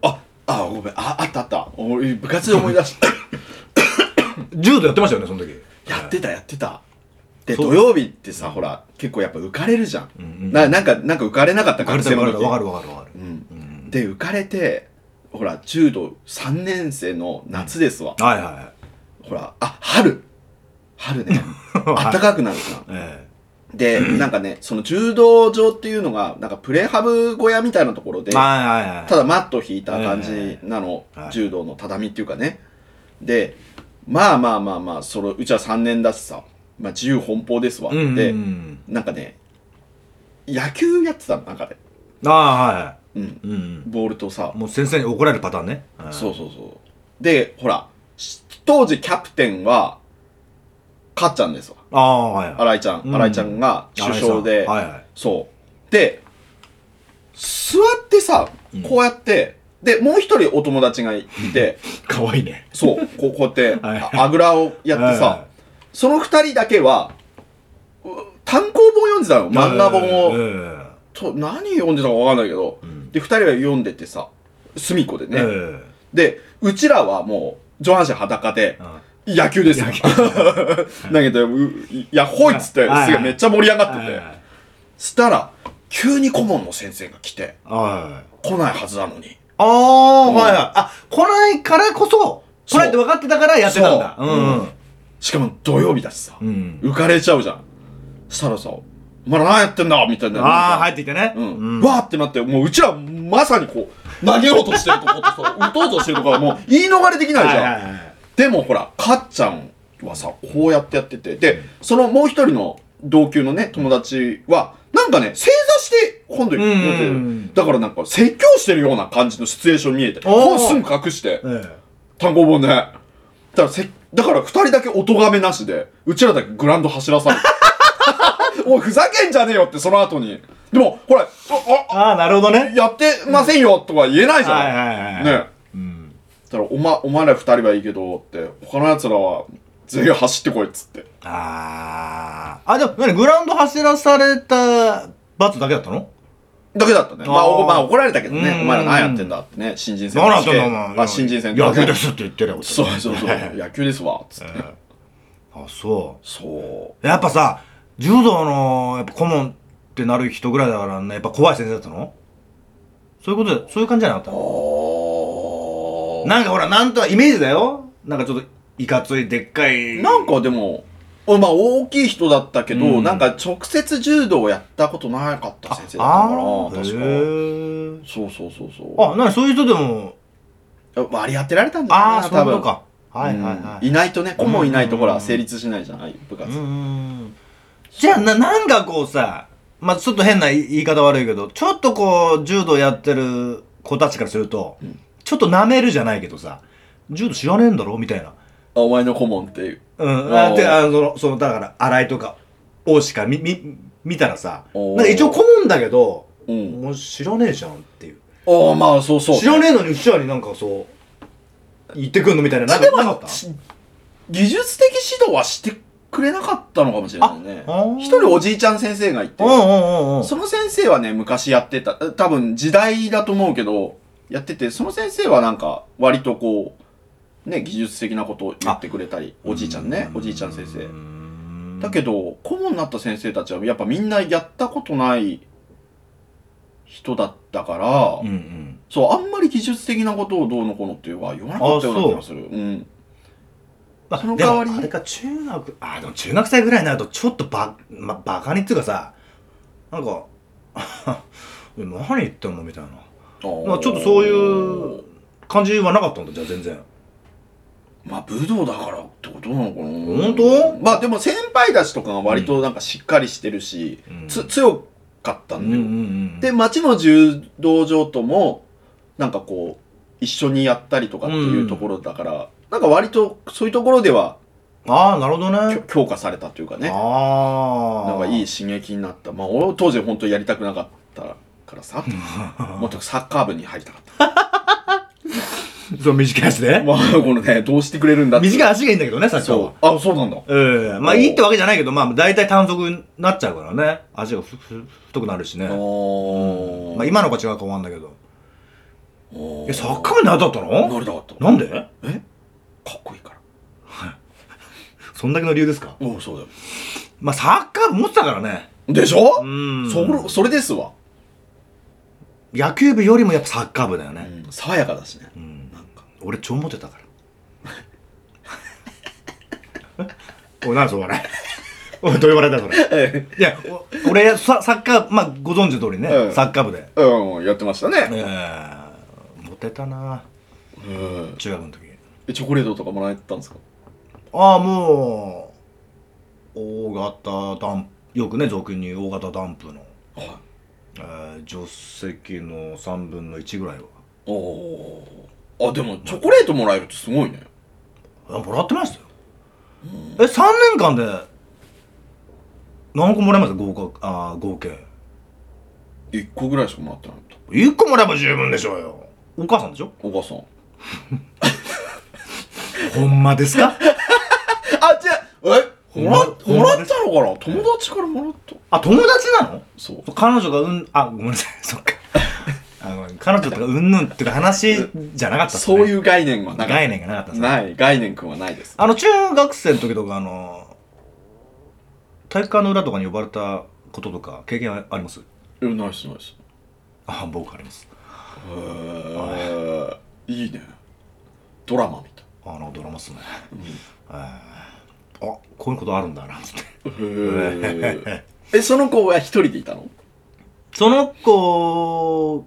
B: ああごめんああったあった俺部活で思い 出した
C: 柔道やってましたよねその時
B: やってたやってたで
C: そう
B: 土曜日ってさほら結構やっぱ浮かれるじゃん、
C: うんうん
B: ななんかなんか浮かれなかった
C: 分か
B: 学
C: る分
B: 生
C: か
B: の
C: る
B: 時
C: 分かる分かる分かる
B: うん
C: うん
B: で浮かれてほら柔道3年生の夏ですわ、
C: はいはいはい
B: ほらあ春春 ねあったかくなるじゃん
C: え
B: で、なんかね、その柔道場っていうのが、なんかプレハブ小屋みたいなところで、
C: えはいはいはい
B: ただマット引いた感じなの、
C: はい
B: 柔道の畳っていうかね。で、まあまあまあまあ、そのうちは3年だしさ、まあ自由奔放ですわ。
C: うんうん
B: で
C: う、ん
B: なんかね、野球やってたの、中で。
C: ああはいは
B: うん。
C: いうんうん
B: ボールとさ、
C: もう先生に怒られるパターンねはい
B: そうそうそう。で、ほら、し当時キャプテンは、かっちゃんですわ。
C: ああはいはい
B: 新井ちゃ
C: うん
B: ん、新井ちゃんが首相で、
C: はいはい
B: そう。で、座ってさ
C: うん、
B: こうやって、で、もう一人お友達がいて、
C: かわいいね
B: そう、こうこうやって、
C: はい
B: ああぐらをやって
C: はいは
B: さ
C: い、
B: その二人だけは、う単行本読んでたの漫画
C: え
B: 本を。
C: え
B: と何読んでたかわかんないけど
C: うん、
B: で、二人は読んでてさ、隅っこで
C: え
B: ね。で、うちらはもう、上半身裸で
C: え、うん
B: 野球ですよ。
C: 野球
B: だけど、うやっほいっつって、す
C: はい
B: げえめっちゃ盛り上がっ
C: は
B: て
C: い
B: て
C: は。い
B: したら、急に顧問の先生が来て、
C: はい
B: 来ないはずなのに。
C: ああ、
B: うん
C: はいはい。あ、来ないからこそ、来
B: そう
C: ないって分かってたからやってたんだ。
B: そう
C: う
B: しかも土曜日だしさ、
C: ん。うん。
B: 浮かれちゃうじゃん。したらさ、お前ら何やってんだみたいな。
C: ああ、入
B: っ
C: ってきてね。
B: うん。
C: うん
B: わーってなって、もううちらまさにこう、投げようとしてるとことさ、打とうとしてるとこはもう言い逃れできない
C: は
B: じ
C: い
B: ゃん。
C: はいはい。
B: でもほら、かっちゃんはさ、こうやってやってて、で、そのもう一人の同級のね、友達は、なんかね、正座して、今度
C: うん
B: 見てる。だからなんか、説教してるような感じのシチュエーション見えて、
C: おー
B: 本すぐ隠して、
C: え
B: 単行本ね。だからせ、だから二人だけお咎めなしで、うちらだけグラウンド走らされ て。おい、ふざけんじゃねえよって、その後に。でも、ほら、あ、
C: えああ、なるほど
B: あ
C: ね。
B: やってませんよとは言えないじゃん。
C: はいはいはい。
B: ね。
C: うん。
B: だからお,、ま、お前ら二人はいいけどって他の奴らは全員走ってこいっつって
C: ああ。あ、でも、何グラウンド走らされた罰だけだったの
B: だけだったねまあ
C: あー
B: おまあ怒られたけど
C: うん
B: ねお前ら何やってんだってね新人戦
C: 何やってんだ、お前。
B: あ新人戦
C: 野球ですすって言ってるよ。
B: そうそう そう
C: え
B: 野球ですわっつって
C: えあ、そ。
B: そう
C: やっぱさ、柔道の、やっぱ顧問ってなる人ぐらいだからね、やっぱ怖い先生だったのそういうことで、そういう感じじゃなかった
B: うな
C: なんかほら、なんとはイメージだよ。なんかちょっと、いかつい、でっかい。
B: なんかでもおまあ大きい人だったけど、
C: うん
B: なんか直接柔道をやったことなかった先生だった
C: あ
B: から
C: あ
B: 確か
C: ー、
B: そうそうそうそう
C: あ、なにそういう人でも、
B: 割り当てられたんじゃない
C: ああ、
B: な
C: そういうこ
B: 多
C: と
B: 分
C: か。はいはいはい。
B: いないとね顧問いないとほ
C: う
B: ら
C: ん
B: 成立しないじゃんああいう部活、
C: うんじゃあななんかこうさまあちょっと変な言い言い方悪いけどちょっとこう柔道やってる子たちからすると、
B: うん
C: ちょっとなめるじゃないけどさ柔道知らねえんだろみたいな。
B: あお前の顧問っていう
C: うん、あ
B: おー
C: てあのそのそのだから新井とか王しか見見見たらさ
B: おー
C: なんか一応顧問だけど
B: うん
C: もう知らねえじゃんっていう
B: ああまあそうそう
C: 知らねえのにうちらになんかそう言ってくんのみたいななんかなかった
B: し技術的指導はしてくれなかったのかもしれないね
C: ああー
B: 一人おじいちゃん先生がいて
C: うんうんうんうん
B: その先生はね昔やってた多分時代だと思うけどやっててその先生はなんか割とこうね技術的なことを言ってくれたりおじいちゃんねおじいちゃん先生だけど顧問になった先生たちはやっぱみんなやったことない人だったから、
C: うんうん
B: そうあんまり技術的なことをどうのこうのっていうのは言わなかったような気がするうん
C: まあ、
B: その代わり
C: でもあれか中学あでも中学生ぐらいになるとちょっとば、ま、バカにっていうかさなんか 何言ってんのみたいなまあちょっとそういう感じはなかったんだじゃあ全然
B: まあ武道だからってことなのかな
C: 本当
B: まあでも先輩たちとかが割となんかしっかりしてるし、
C: うん
B: つ強かった
C: うんん
B: で、
C: うんうん
B: で町の柔道場ともなんかこう一緒にやったりとかっていうところだから、なんか割とそういうところでは
C: ああなるほど
B: きょ
C: ね
B: 強化されたというかね
C: ああ
B: なんかいい刺激になったまあ俺は当時本当やりたくなかったからさもっとサッカー部に入りたかった
C: そう短い足 で
B: まあこのねどうしてくれるんだって
C: 短い足がいいんだけどねさっきは
B: そうあそうなんだ
C: ええまあいいってわけじゃないけどまあ大体短足になっちゃうからね足がふふ太くなるしね
B: お
C: まあ、今の子は違うかもあんだけど
B: お
C: えサッカー部になりたかったの
B: なりたかった
C: なんで
B: かっこいいから
C: そんだけの理由ですか
B: うんそうだよ
C: まあサッカー部持ってたからね
B: でしょ、
C: うん
B: それそれですわ、
C: 野球部よりもやっぱサッカー部だよね、
B: 爽やかだしね
C: うん
B: なんか
C: 俺超モテたから おい何それ笑いおいどういう笑いだそれ
B: え
C: いやお俺ササッカーまあご存知の通りね、
B: うん
C: サッカー部で、
B: えうんやってましたね、
C: えー、モテたな
B: うん
C: 中学の時
B: えチョコレートとかもらえたんですか
C: ああもう大型ダンプよくね俗に言う大型ダンプの、
B: はい
C: えー、助手席の3分の1ぐらいは
B: おおーあでもチョコレートもらえるってすごいね
C: あもらってましたよ、え3年間で何個もらいました合格あー合計
B: 一個ぐらいしかもらってなかっ
C: 1個もらえば十分でしょうよお母さんでしょ
B: たお母さん
C: ほんまですか
B: あじゃあえもら
C: ほん
B: も
C: ま
B: らったのかな友達からもらった
C: あ友達なの
B: そう
C: 彼女がうんあごめんなさい そっかあごめん彼女とかうんぬんっていうか話じゃなかったっすね、
B: そういう概念はなかっ
C: 概念がなかった
B: た
C: っすね
B: ない概念くんはないです
C: あの中学生の時とかあの体育館の裏とかに呼ばれたこととか経験はあります
B: えないですないです
C: あ僕あります
B: へえいいねドラマみたい
C: あのドラマっすね、えーあこういうことあるんだなつって
B: へええその子は一人でいたの
C: その子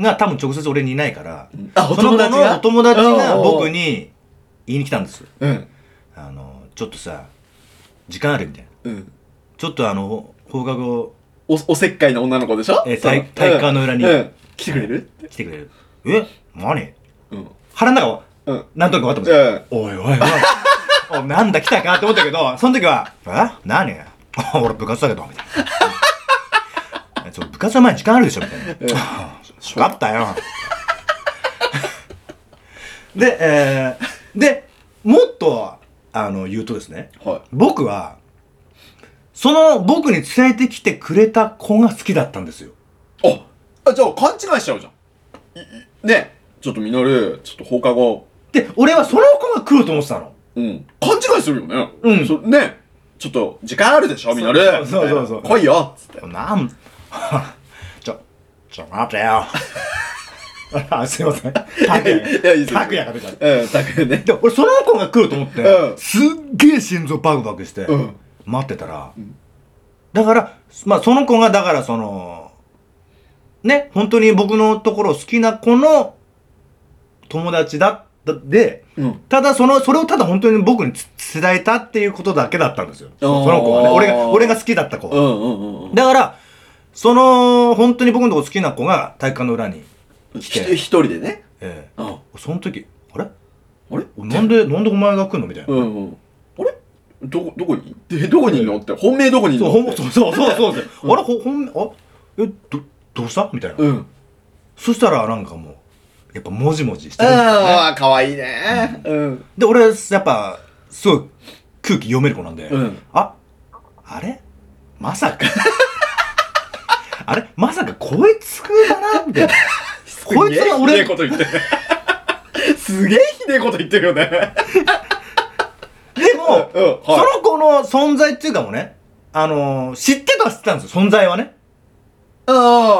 C: が多分直接俺にいないから
B: あ
C: その子のお友達が僕
B: に
C: に言いに来たんです
B: うん
C: あのちょっとさ時間あるみたいな
B: うん
C: ちょっとあの放課後
B: おおせっかいな女の子でしょ
C: え体体育館の裏に
B: うんうん来てくれる
C: 来てくれるえ何
B: うん
C: 腹の中は
B: うん
C: なんとなく分かったもん
B: うん
C: おいおいお い。おなんだ来たかって思ったけど、その時は、え何 あ俺部活だけど、みたいな え。そう部活の前に時間あるでしょ、みたいな。
B: うん
C: 分かったよ。 で、えー、で、もっと、あの、言うとですね、
B: は
C: 僕は、その僕に伝えてきてくれた子が好きだったんですよ。
B: い。あ、あじゃあ勘違いしちゃうじゃん。いいね、ちょっとみのる、ちょっと放課後、
C: で、俺はその子が来ると思ってたの。
B: うん、勘違いするよね。
C: うん
B: そね、ちょっと時間あるでしょ、みのる。
C: そうそうそうそう
B: みたいな来いよ、つって。
C: なん、 ちょ、ちょ、待てよ。 あ、すいません。タク
B: いやいいですよ
C: ヤ。タクヤが出た。
B: うん、たくね。
C: で、俺その子が来ると思って、
B: うん
C: すっげえ心臓バクバクして、
B: うん
C: 待ってたら、だから、まあその子が、だからその、ね、本当に僕のところ好きな子の友達だっだで、
B: うん
C: ただその、それをただ本当に僕につ伝えたっていうことだけだったんですよ。そ
B: あー
C: の子はね。俺が、俺が好きだった子
B: う
C: は。
B: んうんうん。
C: だから、その、本当に僕のとこ好きな子が体育館の裏に、来
B: ひ
C: て
B: 一人でね。
C: え
B: うん。あ
C: えその時、あれ
B: れ
C: なんで、なんでお前が来んのみたいな。
B: うんうん。あれどこ、どこにえ、どこにいんのって。本命どこにいん
C: そう、
B: の
C: ほんそうそうそうそうですよ。あれ、ほ、ほん、あ、え、ど、どうしたみたいな。
B: うん。
C: そしたら、なんかもう、やっぱ、もじもじしてるんですよね。
B: ああ、かわいいね。うん。
C: で、俺、やっぱ、すごい空気読める子なんで、
B: うん
C: あ、あれま さか。あれまさか、こいつだな、みたいな。こいつが
B: すげえひでえ
C: 俺、
B: こと言って る。すげえひでえこと言ってるよね。
C: でも、
B: うん。はい
C: その子の存在っていうかもね、あのー知ってたは知ってたんですよ、存在はね。
B: うん。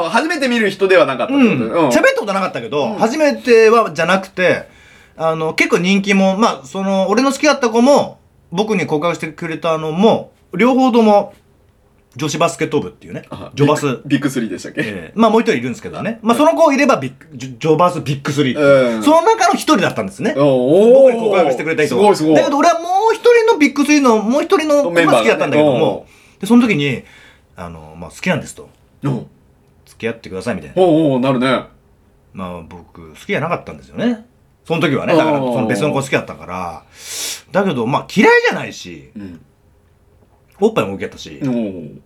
B: 初めて見る人ではなかったって
C: う
B: こ
C: ん
B: と。
C: 喋ったことなかったけど、初めては、じゃなくて、あの、結構人気も、まあ、その、俺の好きだった子も、僕に告白してくれたのも、両方とも、女子バスケット部っていうね
B: あ、
C: 女バス。
B: ビッグスリーでしたっけ
C: ええまあもう一人いるんですけどね。まあその子いればビッグ、ジョジョバースビッグスリー、
B: うん
C: その中の一人だったんですね。
B: お
C: 僕に告白してくれた人
B: すごいすごい。
C: だけど俺はもう一人のビッグスリーのもう一人の子
B: メン
C: が
B: バーがね
C: 好きだったんだけども、で、その時に、あの、まあ好きなんですと。
B: うん。おう
C: 付き合ってくださいみたいな。
B: おうなるね。
C: まあ僕、好きじゃなかったんですよね。その時はね、だから
B: うん
C: その別の子好きだったから。だけど、まあ嫌いじゃないし、
B: うん。
C: おっぱいも受けたし、
B: おう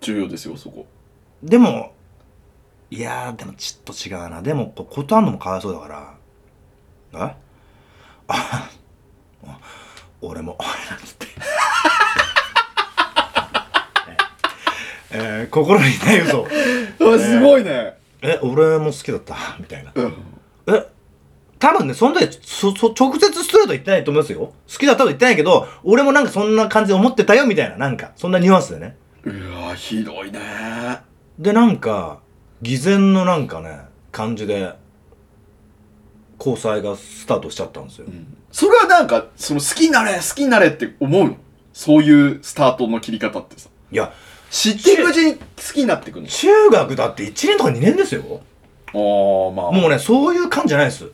B: 重要ですよ、そこ。
C: でも、いやー、でもちょっと違うな。でも、こう断るのもかわいそうだから。えああ俺も、なんつって。 ええー心にない嘘。
B: あすごいね。
C: え、俺も好きだった。みたいな。
B: うん。
C: え、多分ね、その時、そ、そ、直接ストレート言ってないと思いますよ。好きだったと言ってないけど、俺もなんかそんな感じで思ってたよ、みたいな。なんか、そんなニュアンスでね。
B: うわひどいね。
C: でなんか偽善のなんかね感じで交際がスタートしちゃったんですよ、
B: それはなんか、その好きになれ、好きになれって思うのそういうスタートの切り方ってさ。
C: いや
B: 知っていくうちに好きになっていくの。
C: 中学だって1年とか2年ですよも
B: ああ、まあ。
C: うねそういう感じじゃないです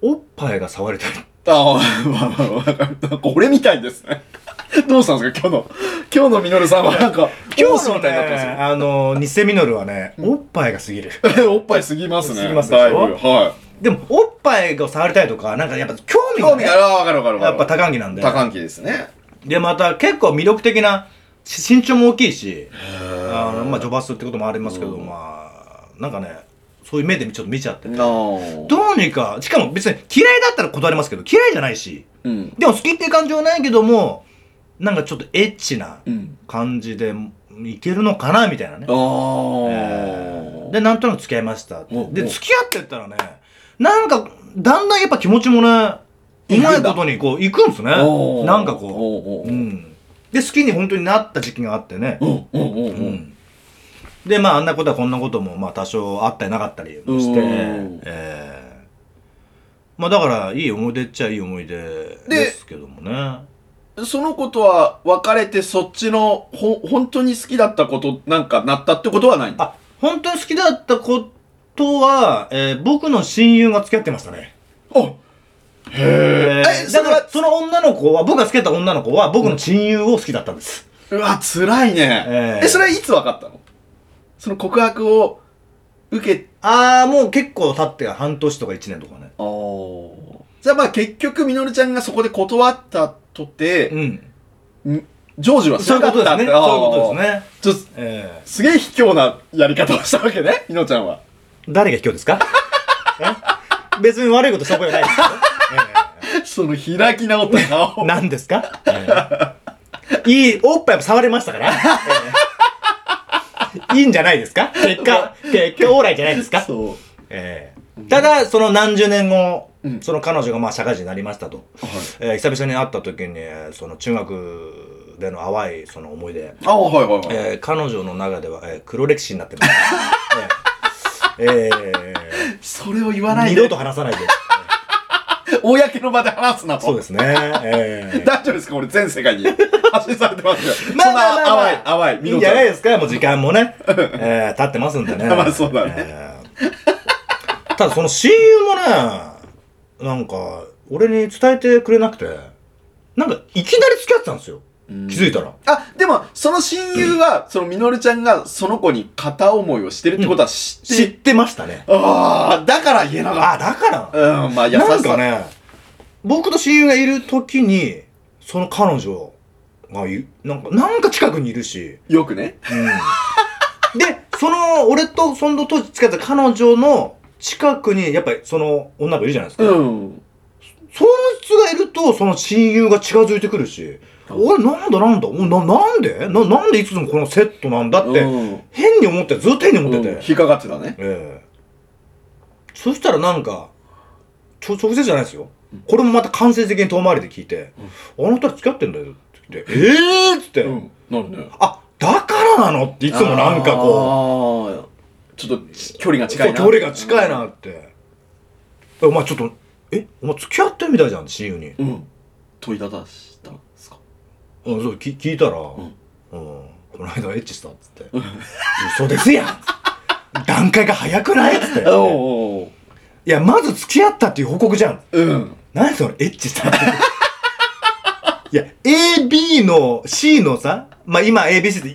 C: おっぱいが触りたい
B: ああ、まあまあまあ、なんか俺みたいですね。どうしたんですか今日の、今日のミノルさんはなんか、
C: 今
B: 王子
C: 日の
B: みたいになってますよ
C: ねあの偽ミノルはね、おっぱいが過 ぎる
B: おっぱいすぎますね。
C: 過ぎますでしょ
B: だいぶ。はい。
C: でもおっぱいが触りたいとかなんかやっぱ興味が,、
B: 興味がある、わかるわかる
C: やっ
B: わか
C: ぱ
B: る。
C: 多感期なんで
B: 多感期ですね。
C: でまた結構魅力的なし身長も大きいしあの、まあ、ジョバスってこともありますけど、まあなんかねそういう目でちょっと見ちゃってて
B: の
C: どうにかしかも別に嫌いだったら断りますけど嫌いじゃないし
B: うん。
C: でも好きっていう感情はないけどもなんかちょっとエッチな
B: うん。
C: 感じでいけるのかなみたいなね
B: あ、
C: えー
B: あ。
C: でなんとなく付き合いました
B: お
C: で
B: お
C: 付き合ってったらねなんかだんだんやっぱ気持ちもねう
B: 行
C: ま
B: く
C: い
B: んだ
C: ことにこう行くんですね
B: おー
C: なんかこ
B: お
C: う、
B: ー
C: う
B: おー
C: ん、で好きに本当になった時期があってね
B: うんうんうん
C: う
B: うん
C: んでまああんなことはこんなこともまあ多少あったりなかったりもして、
B: うん
C: ええまあだからいい思い出っちゃいい思い出ですけどもね
B: その子とは別れてそっちのほ本当に好きだったことなんかなったってことはないの
C: あ本当に好きだったことは、えー僕の親友が付き合ってましたね
B: お
C: え
B: え
C: ー
B: そ
C: だ
B: れ
C: か
B: は
C: らその女の子は僕が付き合った女の子は僕の親友を好きだったんです、
B: うわ辛い
C: え
B: ね
C: え
B: えそれはいつ分かったのその告白を受け
C: ああもう結構経って半年とか1年とかね
B: あーじゃあまあ結局みのるちゃんがそこで断ったとて
C: うん
B: 成就はし
C: そうい
B: な
C: う
B: か
C: こ
B: っ
C: とで
B: たって
C: すねそういうことですね
B: とですね
C: ええ
B: すげえ卑怯なやり方をしたわけねみのちゃん は
C: 誰が卑怯ですかえ別に悪いことしたことないですよ、
B: その開き直った
C: ええ
B: 顔
C: 何ですか、ええいい、おっぱいも触れましたから、え えいいんじゃないですか結果、結果オーライじゃないですか、
B: そう
C: ええただ、その何十年後、
B: うん
C: その彼女がまあ社会人になりましたと。
B: はい
C: ええ久々に会った時に、ええその中学での淡いその思い出、
B: あーはいはいはい
C: ええ彼女の中では、ええ黒歴史になってます。ええええ
B: それを言わない
C: 二度
B: で
C: と話さないで。
B: 公の場で話すなと
C: そうですね。ええ
B: 大丈夫ですか俺全世 界に発信されてますよ。
C: まあまあまあま あ
B: そんな淡い、淡い、
C: いいんじゃない
B: い
C: ですかもう時間もね。 えー、経ってますんでね。
B: まあそうだね
C: えーただその親友もね、なんか、俺に伝えてくれなくて、なんか、いきなり付き合ってたんですよ。気づいたら。
B: あ、でも、その親友は、そのみのるちゃんがその子に片思いをしてるってことは知って、
C: 知ってましたね。
B: ああ、だから言えなか
C: あ、だから
B: った。うん、まあ優し
C: なん
B: さ。
C: かね、僕と親友がいる時に、その彼女がい、なんか、なんか近くにいるし、
B: よくね。
C: で、その、俺と、その当時付き合ってた彼女の近くに、やっぱりその女の子いるじゃないですか。
B: うん。
C: その人がいると、その親友が近づいてくるし、
B: あ
C: 俺なんだなんだ、おななんでななんでいつもこのセットなんだって、
B: うん
C: 変に思って、ずっと変に思ってて。
B: うん引っかかってたね。
C: ええそしたらなんかちょ直接じゃないですよこれもまた間接的に遠回りで聞いて「あの人ら付き合ってんだよ」って言って「ええー!」っつって「
B: うん。なるね。
C: あだからなの?」ってい
B: い
C: つもなんかこ
B: こう。ちょっとち距離が
C: う
B: 近いな。
C: そう距離が近いなって、お前ちょっと「えお前付き合ってるみたいじゃん」って親友に、
B: うん。うん。問いただしたんですか
C: うん、そう聞聞いたら、うん
B: ん
C: この間エッチした」っつって「嘘ですやん!」段階が早くないっつって
B: おおお
C: 「いやまず付き合ったっていう報告じゃん」
B: うん。
C: 何そのエッチしたのいや、A、B の C のさ、まあ今 ABC って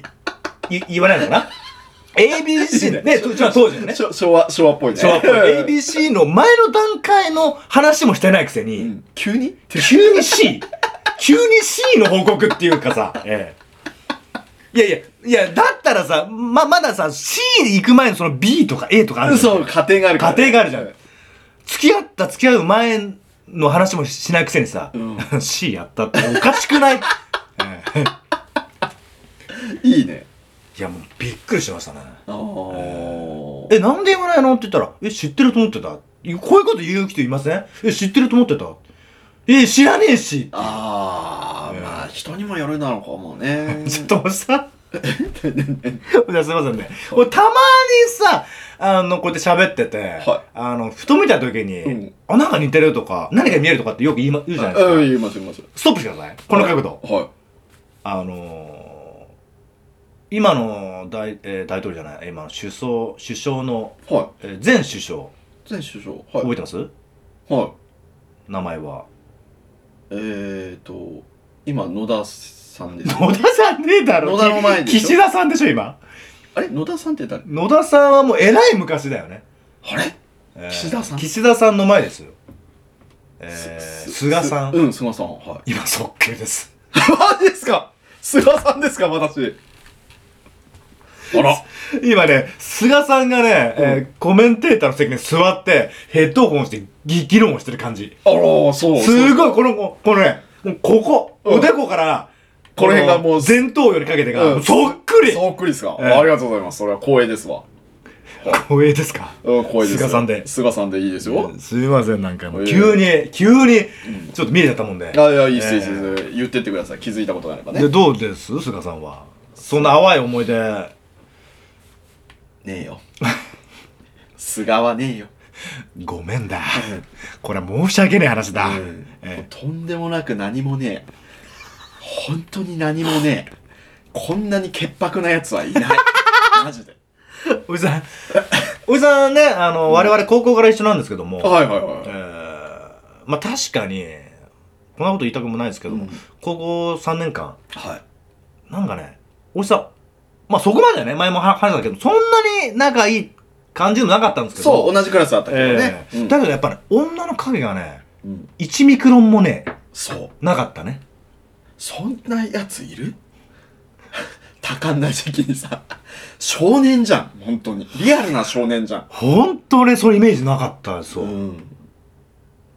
C: いい言わないのかな ?ABC ね、とちょ当時のね。
B: しょ昭和、昭和っぽいね。
C: 小学校
B: うん
C: ABC の前の段階の話もしてないくせに、
B: うん急に
C: 急に C? 急に C の報告っていうかさ、ええ。いやいや、いや、だったらさ、ま、まださ、C に行く前のその B とか A とかあるじゃん
B: そう、家庭があるから。
C: 家庭があるじゃん。付き合った付き合う前の話もしないくせにさ、
B: う
C: C やったっておかしくない ええ
B: いいね。
C: いやもうびっくりしましたね。
B: ああ。
C: え、なんで言わないのって言ったら、え、知ってると思ってたいこういうこと言う人いませんえ、知ってると思ってたえ、知らねえし
B: ああ、
C: うん。
B: まあ人にもよるなのかもね
C: ちょっと さ、じゃあすいませんね。俺たまにさ、あの、こうやって喋ってて、
B: はい
C: あの、ふと見た時に、
B: うん
C: あ、なんか似てるとか、何か見えるとかってよく言い、ま、言うじゃないですか。
B: うん、言います言います。
C: ストップしてください。この角度。
B: は
C: あのー今の大,、えー大統領じゃない、今の首相、首相の、
B: い。は
C: えー前首相、
B: い。前首相。は
C: 覚え
B: い。
C: てます、
B: はい。
C: 名前は。
B: えーと、今、野田さんです。
C: 野田さんねえだろ。
B: 野田の前でしょ
C: 岸田さんでしょ、今。
B: あれ野田さんって誰
C: 野田さんはもうえらい昔だよね。
B: あれ
C: えー
B: 岸田さん
C: 岸田さんの前ですよ。えー、菅さん。
B: うん、菅さん。はい。
C: 今、そっくりです。
B: マジですか菅さんですか私。あら。
C: 今ね、菅さんがね、えーコメンテーターの席に座って、ヘッドホンして、ぎ議論をしてる感じ。
B: あら、そう。
C: すごい、この、このね、もうここ、
B: うん
C: おでこから、
B: この辺がもう
C: 前頭葉にかけてが、
B: うん
C: そっくり
B: そっくりですか、
C: ええ
B: ありがとうございます。それは光栄ですわ。
C: 光栄ですか
B: うん、光栄です。
C: 菅さんで
B: 菅さんでいいですよ。
C: すいません、なんかもう、
B: いえい
C: 急に、急に、
B: ん
C: ちょっと見えちゃったもんで。
B: あいや、いいっす、いいっすい
C: え
B: いっす。言ってってください。気づいたことがあれば
C: ー
B: ね。
C: で、どうです菅さんは。そんな淡い思い出、
B: ねえよ菅はねえよ、
C: ごめんだ。これは申し訳ねえ話だ。
B: もう
C: え
B: とんでもなく何もねえ本当に何もねえこんなに潔白なやつ はいないマジで
C: ーおじさん、 おじさんね、あの、我々高校から一緒なんですけども、
B: はいはい
C: え
B: は
C: ーまあ確かに、こんなこと言いたくもないですけども、
B: うん
C: 高校3年間、
B: いはい
C: なんかね、おじさん、まあそこまではね、前も話話したけど、そんなに仲いい感じのなかったんですけど。
B: そう同じクラスだったけど
C: え
B: ね、
C: え
B: うん
C: だけどやっぱね、女の影がね、
B: うん
C: 1ミクロンもね、
B: そう
C: なかったね。
B: そんなやついる 多感な時期にさ少年じゃん本当にリアルな少年じゃん
C: ほんとね、そういうイメージなかったですよ。い
B: ん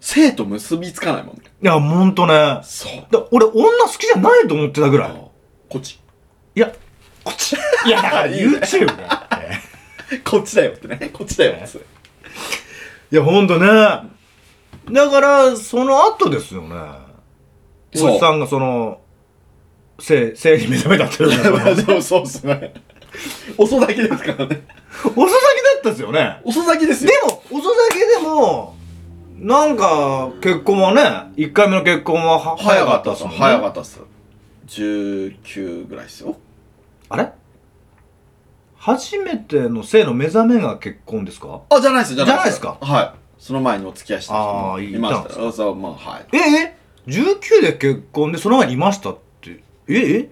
B: 生と結びつかないもんね
C: や、ほんとね。だ
B: そう
C: 俺、女好きじゃないと思ってたぐらい。
B: こっち
C: いや、こっち。いや、だから YouTube が。ええ
B: こっちだよってね。こっちだよっつって。
C: いや、ほんとね。だから、その後ですよね。
B: そう
C: おじさんがその、性、性に目覚 めたっていうか
B: でもそうっすね。遅咲きですからね。
C: 遅咲きだったですよね。
B: 遅咲きです
C: で
B: よ。
C: も、遅咲きでも、なんか、結婚はね、1回目の結婚はは早かったっすもんね。
B: 早か
C: っ
B: ったっす。19ぐらいっすよ。
C: た。あれ初めての性の目覚めが結婚ですか
B: あ、じゃないっす、じ
C: ゃないっす
B: はい。その前にお付き合いしてた人
C: あ
B: も
C: ー
B: いまし
C: いたん
B: た
C: です
B: そうそうまあはい
C: ええ19で結婚でその前にいましたってええ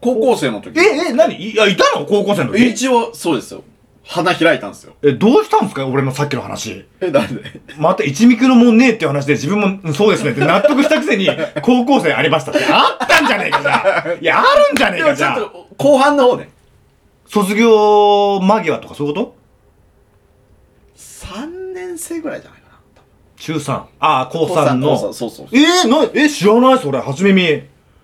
B: 高校生の時
C: ええ何いやいたの高校生の時
B: 一応そうですよ花開いたんですよ
C: えどうしたんですか俺のさっきの話
B: えなんで
C: また一ミクのもんねえっていう話で自分もうんそうですねって納得したく せに高校生ありましたってあったんじゃねえかじゃあいやあるんじゃねえ
B: で
C: か
B: も
C: じ
B: ちょっ
C: ゃあ
B: と後半の方ね
C: 卒業間際とかそういうこと
B: 3年生ぐらいじゃないかな
C: 中3ああ高3の
B: 高三そうそうそう
C: えー、なえ知らないそれ初耳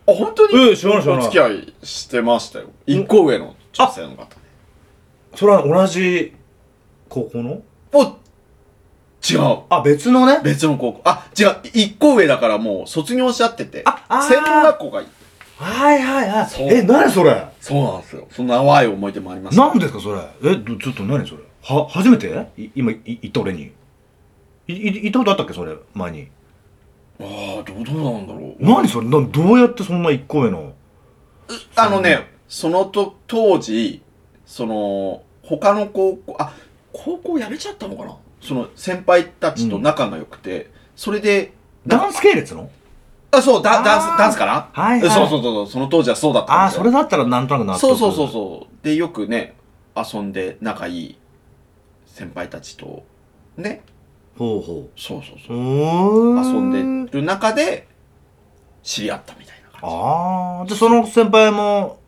B: あ本当に
C: ええ知らない知らない
B: お付き合いしてましたよ一個上の女性の方
C: それは同じ高校の
B: お違う
C: あ別のね
B: 別の高校あ違う一個上だからもう卒業しちゃってて
C: ああー
B: 専門学校がいい
C: はいはいはい
B: そう
C: え何それ
B: そうなんですよその淡い思い出もあります
C: なんですかそれえどちょっと何それは初めてい今い言った俺にいい言ったことあったっけそれ前に
B: ああどうどうなんだろう
C: 何それなどうやってそんな一個上の
B: あのねそのと当時その他の高校あ高校辞めちゃったのかなその先輩たちと仲が良くて、それで
C: ダンス系列の
B: あそうダ
C: あー
B: ダンスダンスかな、
C: はい
B: そうそう
C: う
B: そうそうその当時はそうだった
C: あ
B: ん
C: あ
B: で
C: それだったらなんとなくな
B: そうそうそう
C: う
B: そうでよくね遊んで仲いい先輩たちとね
C: ほうほ
B: そうそう
C: う
B: そう
C: うー
B: 遊んでる中で知り合ったみたいな感
C: ああじゃあその先輩も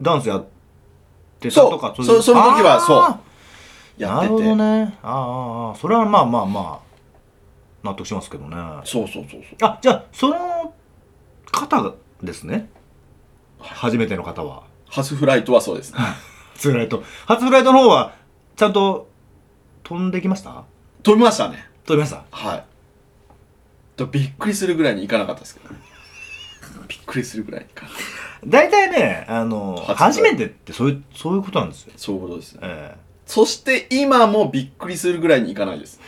C: ダンスやってたとか
B: そうそその時はそうじ
C: う
B: や
C: な
B: って
C: るほ
B: て、
C: どねあーあーあーそれはまあまあまあ納得しますけどね
B: そうそうそうそう
C: あじゃあその方ですね初めての方は
B: 初フライトはそうですね
C: 初フライト初フライトの方はちゃんと飛んできました
B: 飛びましたね
C: 飛びました
B: はいとびっくりするぐらいにいかなかったですけどねびっくりするぐらいにいかなかった
C: 大体ねあの初
B: 初
C: めてってそういうそういうことなんですよ、
B: そういうことですね
C: ええ
B: そして今もびっくりするぐらいにいかないです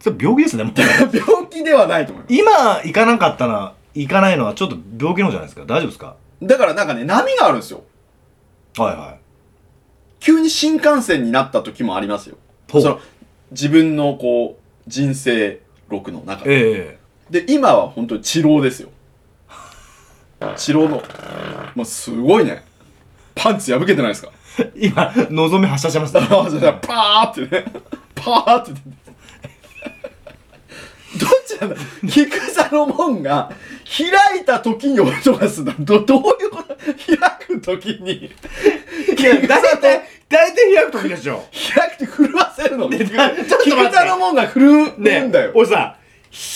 C: それ病気ですねもう
B: 病気ではないと思いま
C: 今行かなかったな行かないのはちょっと病気の方じゃないですか大丈夫ですか
B: すだからなんかね波があるんですよ
C: はいは
B: 急に新幹線になった時もありますよ
C: いほ
B: そうの自分のこう人生録の中で
C: ええ
B: で今は本当に治療ですよ治療のもうすごいねパンツ破けてないですか
C: 今望み発射してますね
B: パーってねパーって出てどっちなんだ菊座の門が開いた時に音がするんだどどういうこと開く時に
C: いや大体大体開く時でしょ
B: 開くと震わせるの菊
C: なちょっと待って
B: 座の門が震うん
C: ね
B: だよ、
C: 俺さ、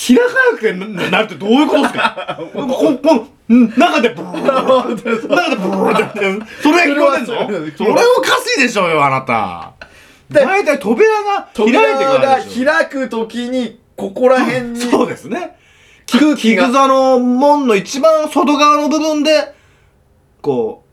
C: 開かなくてななるってどういうことですかこここん中でブルー中でブルーって、それ聞こえてん
B: それは
C: のそ
B: それ
C: れ
B: は
C: おかしいでしょうよ、あなた。
B: で
C: 大体扉が開いて
B: 扉
C: から
B: が
C: でしょ。
B: 開くときに、ここら辺に
C: そうですね。
B: 空気
C: 菊
B: が、
C: 座の門の一番外側の部分で、こ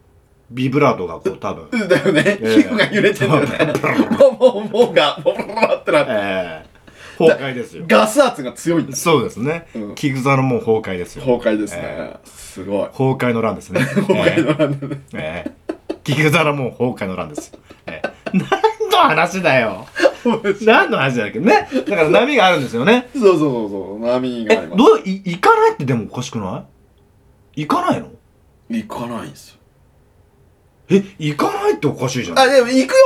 C: う、ビブラートがこう多分。
B: だよね。
C: ええ
B: 皮膚が揺れてんだよね。もう、もうが、ボロボロってなって。
C: ええ崩壊ですよ。
B: ガス圧が強いんです。
C: そうですね
B: うん。
C: 菊座の門崩壊ですよ。
B: 崩壊ですね
C: え。
B: すごい。
C: 崩壊の乱ですね。
B: 崩
C: ええ
B: 壊のなんだね。
C: ええギグザラもう崩壊の乱ですよ。ええ何の話だよ。何の話だっけね。だから波があるんですよね。
B: そうそうそうそう。波
C: え
B: があり、ま
C: どう、い行かないってでもおかしくない行かないの
B: す。行かないんですよ。
C: え、行かないっておかしいじゃん。
B: あ、でも行くよ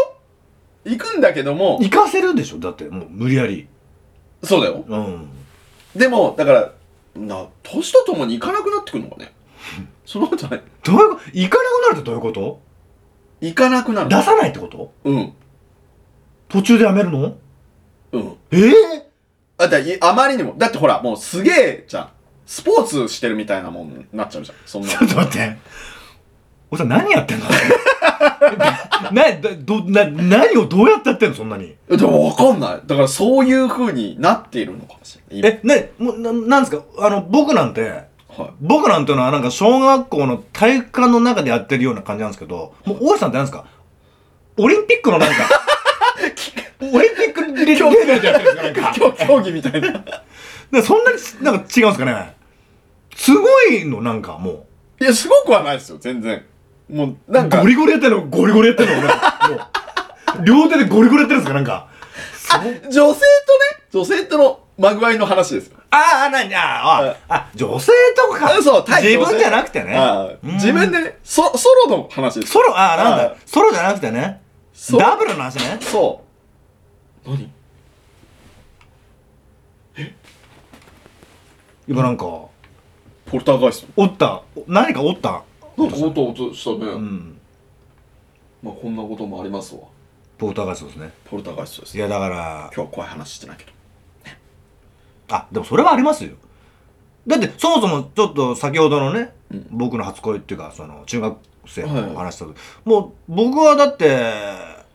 B: 行くんだけども、
C: 行かせるでしょだってもう無理やり。
B: そうだよ。
C: うん。
B: でも、だから、な、年とともに行かなくなってくるの かね。そのことない。
C: どういうこと行かなくなるってどういうこと
B: 行かなくなる
C: 出。さないってこと
B: うん。
C: 途中でやめるの
B: うん。
C: ええ
B: あ、だいあまりにも。だってほら、もうすげえじゃん。スポーツしてるみたいなもんになっちゃうじゃん。そんな
C: ちょっと待って。おじさん何やってんの な、ど、な、何をどうやってやってんのそんなに。
B: の。でもわかんない。だからそういう風になっているのかもしれない。
C: え、ね、もう、ななんですかあの、僕なんて、
B: 今はい。
C: 僕なんていうのはなんか小学校の体育館の中でやってるような感じなんですけど、もう大石さんってなんですかオリンピックのなん か、オリンピックレレベルでやってるんですかなんか。
B: 競競技みたい な。
C: でそんなに、なんか違うんですかねすごいの、なんかも
B: いや、すごくはないですよ、全然。もう、なん
C: う。
B: か
C: ゴ、リゴリやってるの、ゴリゴリやってるの、なんかもう。両手でゴリゴリやってるんですかなんか。す
B: 女性とね、女性とのまぐわいの話ですよ。
C: ああ、なに、あーあー、あ、女性とか。
B: そう、対
C: 自
B: 女性
C: 分じゃなくてね
B: ああ。
C: うん
B: 自分でね、ソソロの話です。
C: ソロ、ああ、なん
B: あ
C: だ
B: ー。
C: ソロじゃなくてね。
B: ソロ
C: ダブルの話ね。
B: そう。何
C: 今なんか、お
B: ポルターガイス
C: った。お何かおった。
B: ト。なんか音音したね。
C: うん。
B: まあこんなこともありますわ。
C: ポーターガイストですね。
B: ポルターガイストです
C: い。や、だから、
B: 今日は怖い話してないけど。
C: あ、でもそれはありますよ。だって、そもそも、ちょっと先ほどのね、
B: うん
C: 僕の初恋っていうか、その、中学生
B: はい
C: の話した時、もう、僕はだって、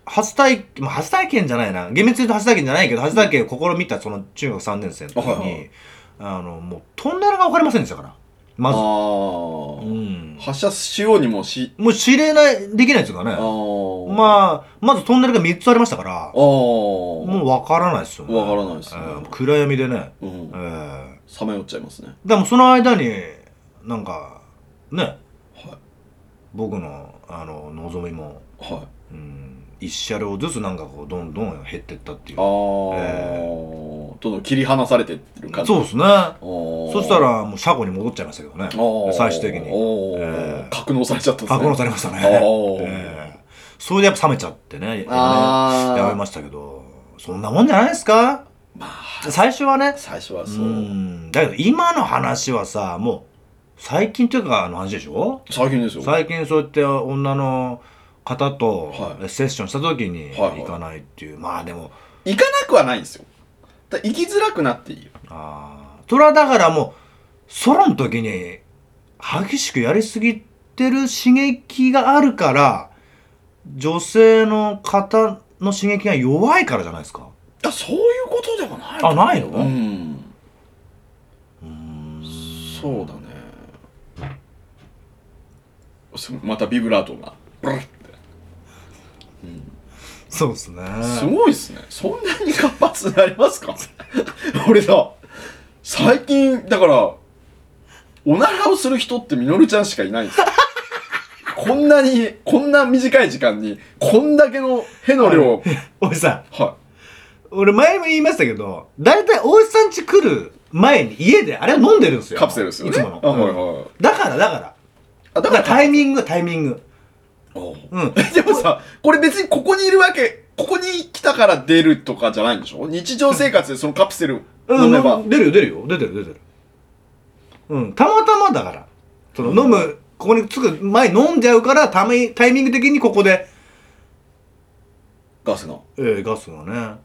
C: 初体、まあ、初体験じゃないな。厳密に言うと初体験じゃないけど、初体験を試みた、その、中学3年生の時に、
B: はいはい
C: あの、もう、トンネルが分かりませんでしたから。
B: あ
C: まず。う
B: ー。
C: ん。
B: 発射しようにもし、
C: もう知れない、できないですからね
B: あ。ー。あ。
C: まあ、まずトンネルが3つありましたから
B: あ、ー。
C: もう分からないですよね。
B: わからないですね
C: うん暗闇でね。
B: う
C: え
B: ん。
C: ー
B: さまよっちゃいますね。
C: でもその間になんかね
B: はい。
C: 僕のあの望みも、
B: はい。
C: うん、一車両ずつなんかこうどんどん減ってったっていう
B: あー。どんどん切り離されてってる感じ。
C: そうですね
B: おー
C: そした、らもう車庫に戻っちゃいましたけどね
B: おー
C: 最終的に
B: おー
C: えー
B: 格納されちゃったんですね。
C: 格納されましたね、
B: おー
C: ええそれでやっぱ冷めちゃってね
B: あー
C: やめましたけどそんなもんじゃないですか
B: まあ、
C: 最初はね
B: 最初は
C: う
B: そう。
C: んだけど今の話はさもう最近というかあの話でしょ
B: 最近ですよ。
C: 最近そうやって女の方と
B: は
C: セッションした時に
B: はいはい
C: 行かないっていう、まあでも
B: 行かなくはないんですよ。だ行きづらくなっていいよ。
C: あーそれはだからもうソロの時に激しくやりすぎてる刺激があるから女性の方の刺激が弱いからじゃないですか
B: あそういうことではない
C: あないの
B: うん。
C: うーん
B: そうだね。すまたビブラートが。ブルッって
C: そうですね
B: すごいですね。そんなに活発になりますか 俺さ、最近、だから、おならをする人ってみのるちゃんしかいないんですよ。 こんなに、こんな短い時間に、こんだけのへの量、はい。
C: 俺さ俺前も言いましたけど大体大石さん家来る前に家であれを飲んでるんですよ
B: カプセルですよね。
C: いつもの、
B: あ、はい
C: うん
B: はい。
C: だからだから
B: あ、だ
C: だ
B: か
C: かららタイミングタイミングうん
B: でもさ、これ別にここにいるわけ、ここに来たから出るとかじゃないんでしょ日常生活でそのカプセル
C: う
B: 飲
C: ん
B: めば。
C: 出るよ出るよ出てる出てるうんたまたまだからその飲む、ここにつく前に飲んじゃうからためタイミング的にここで、
B: ガスが。
C: えー、ガスがね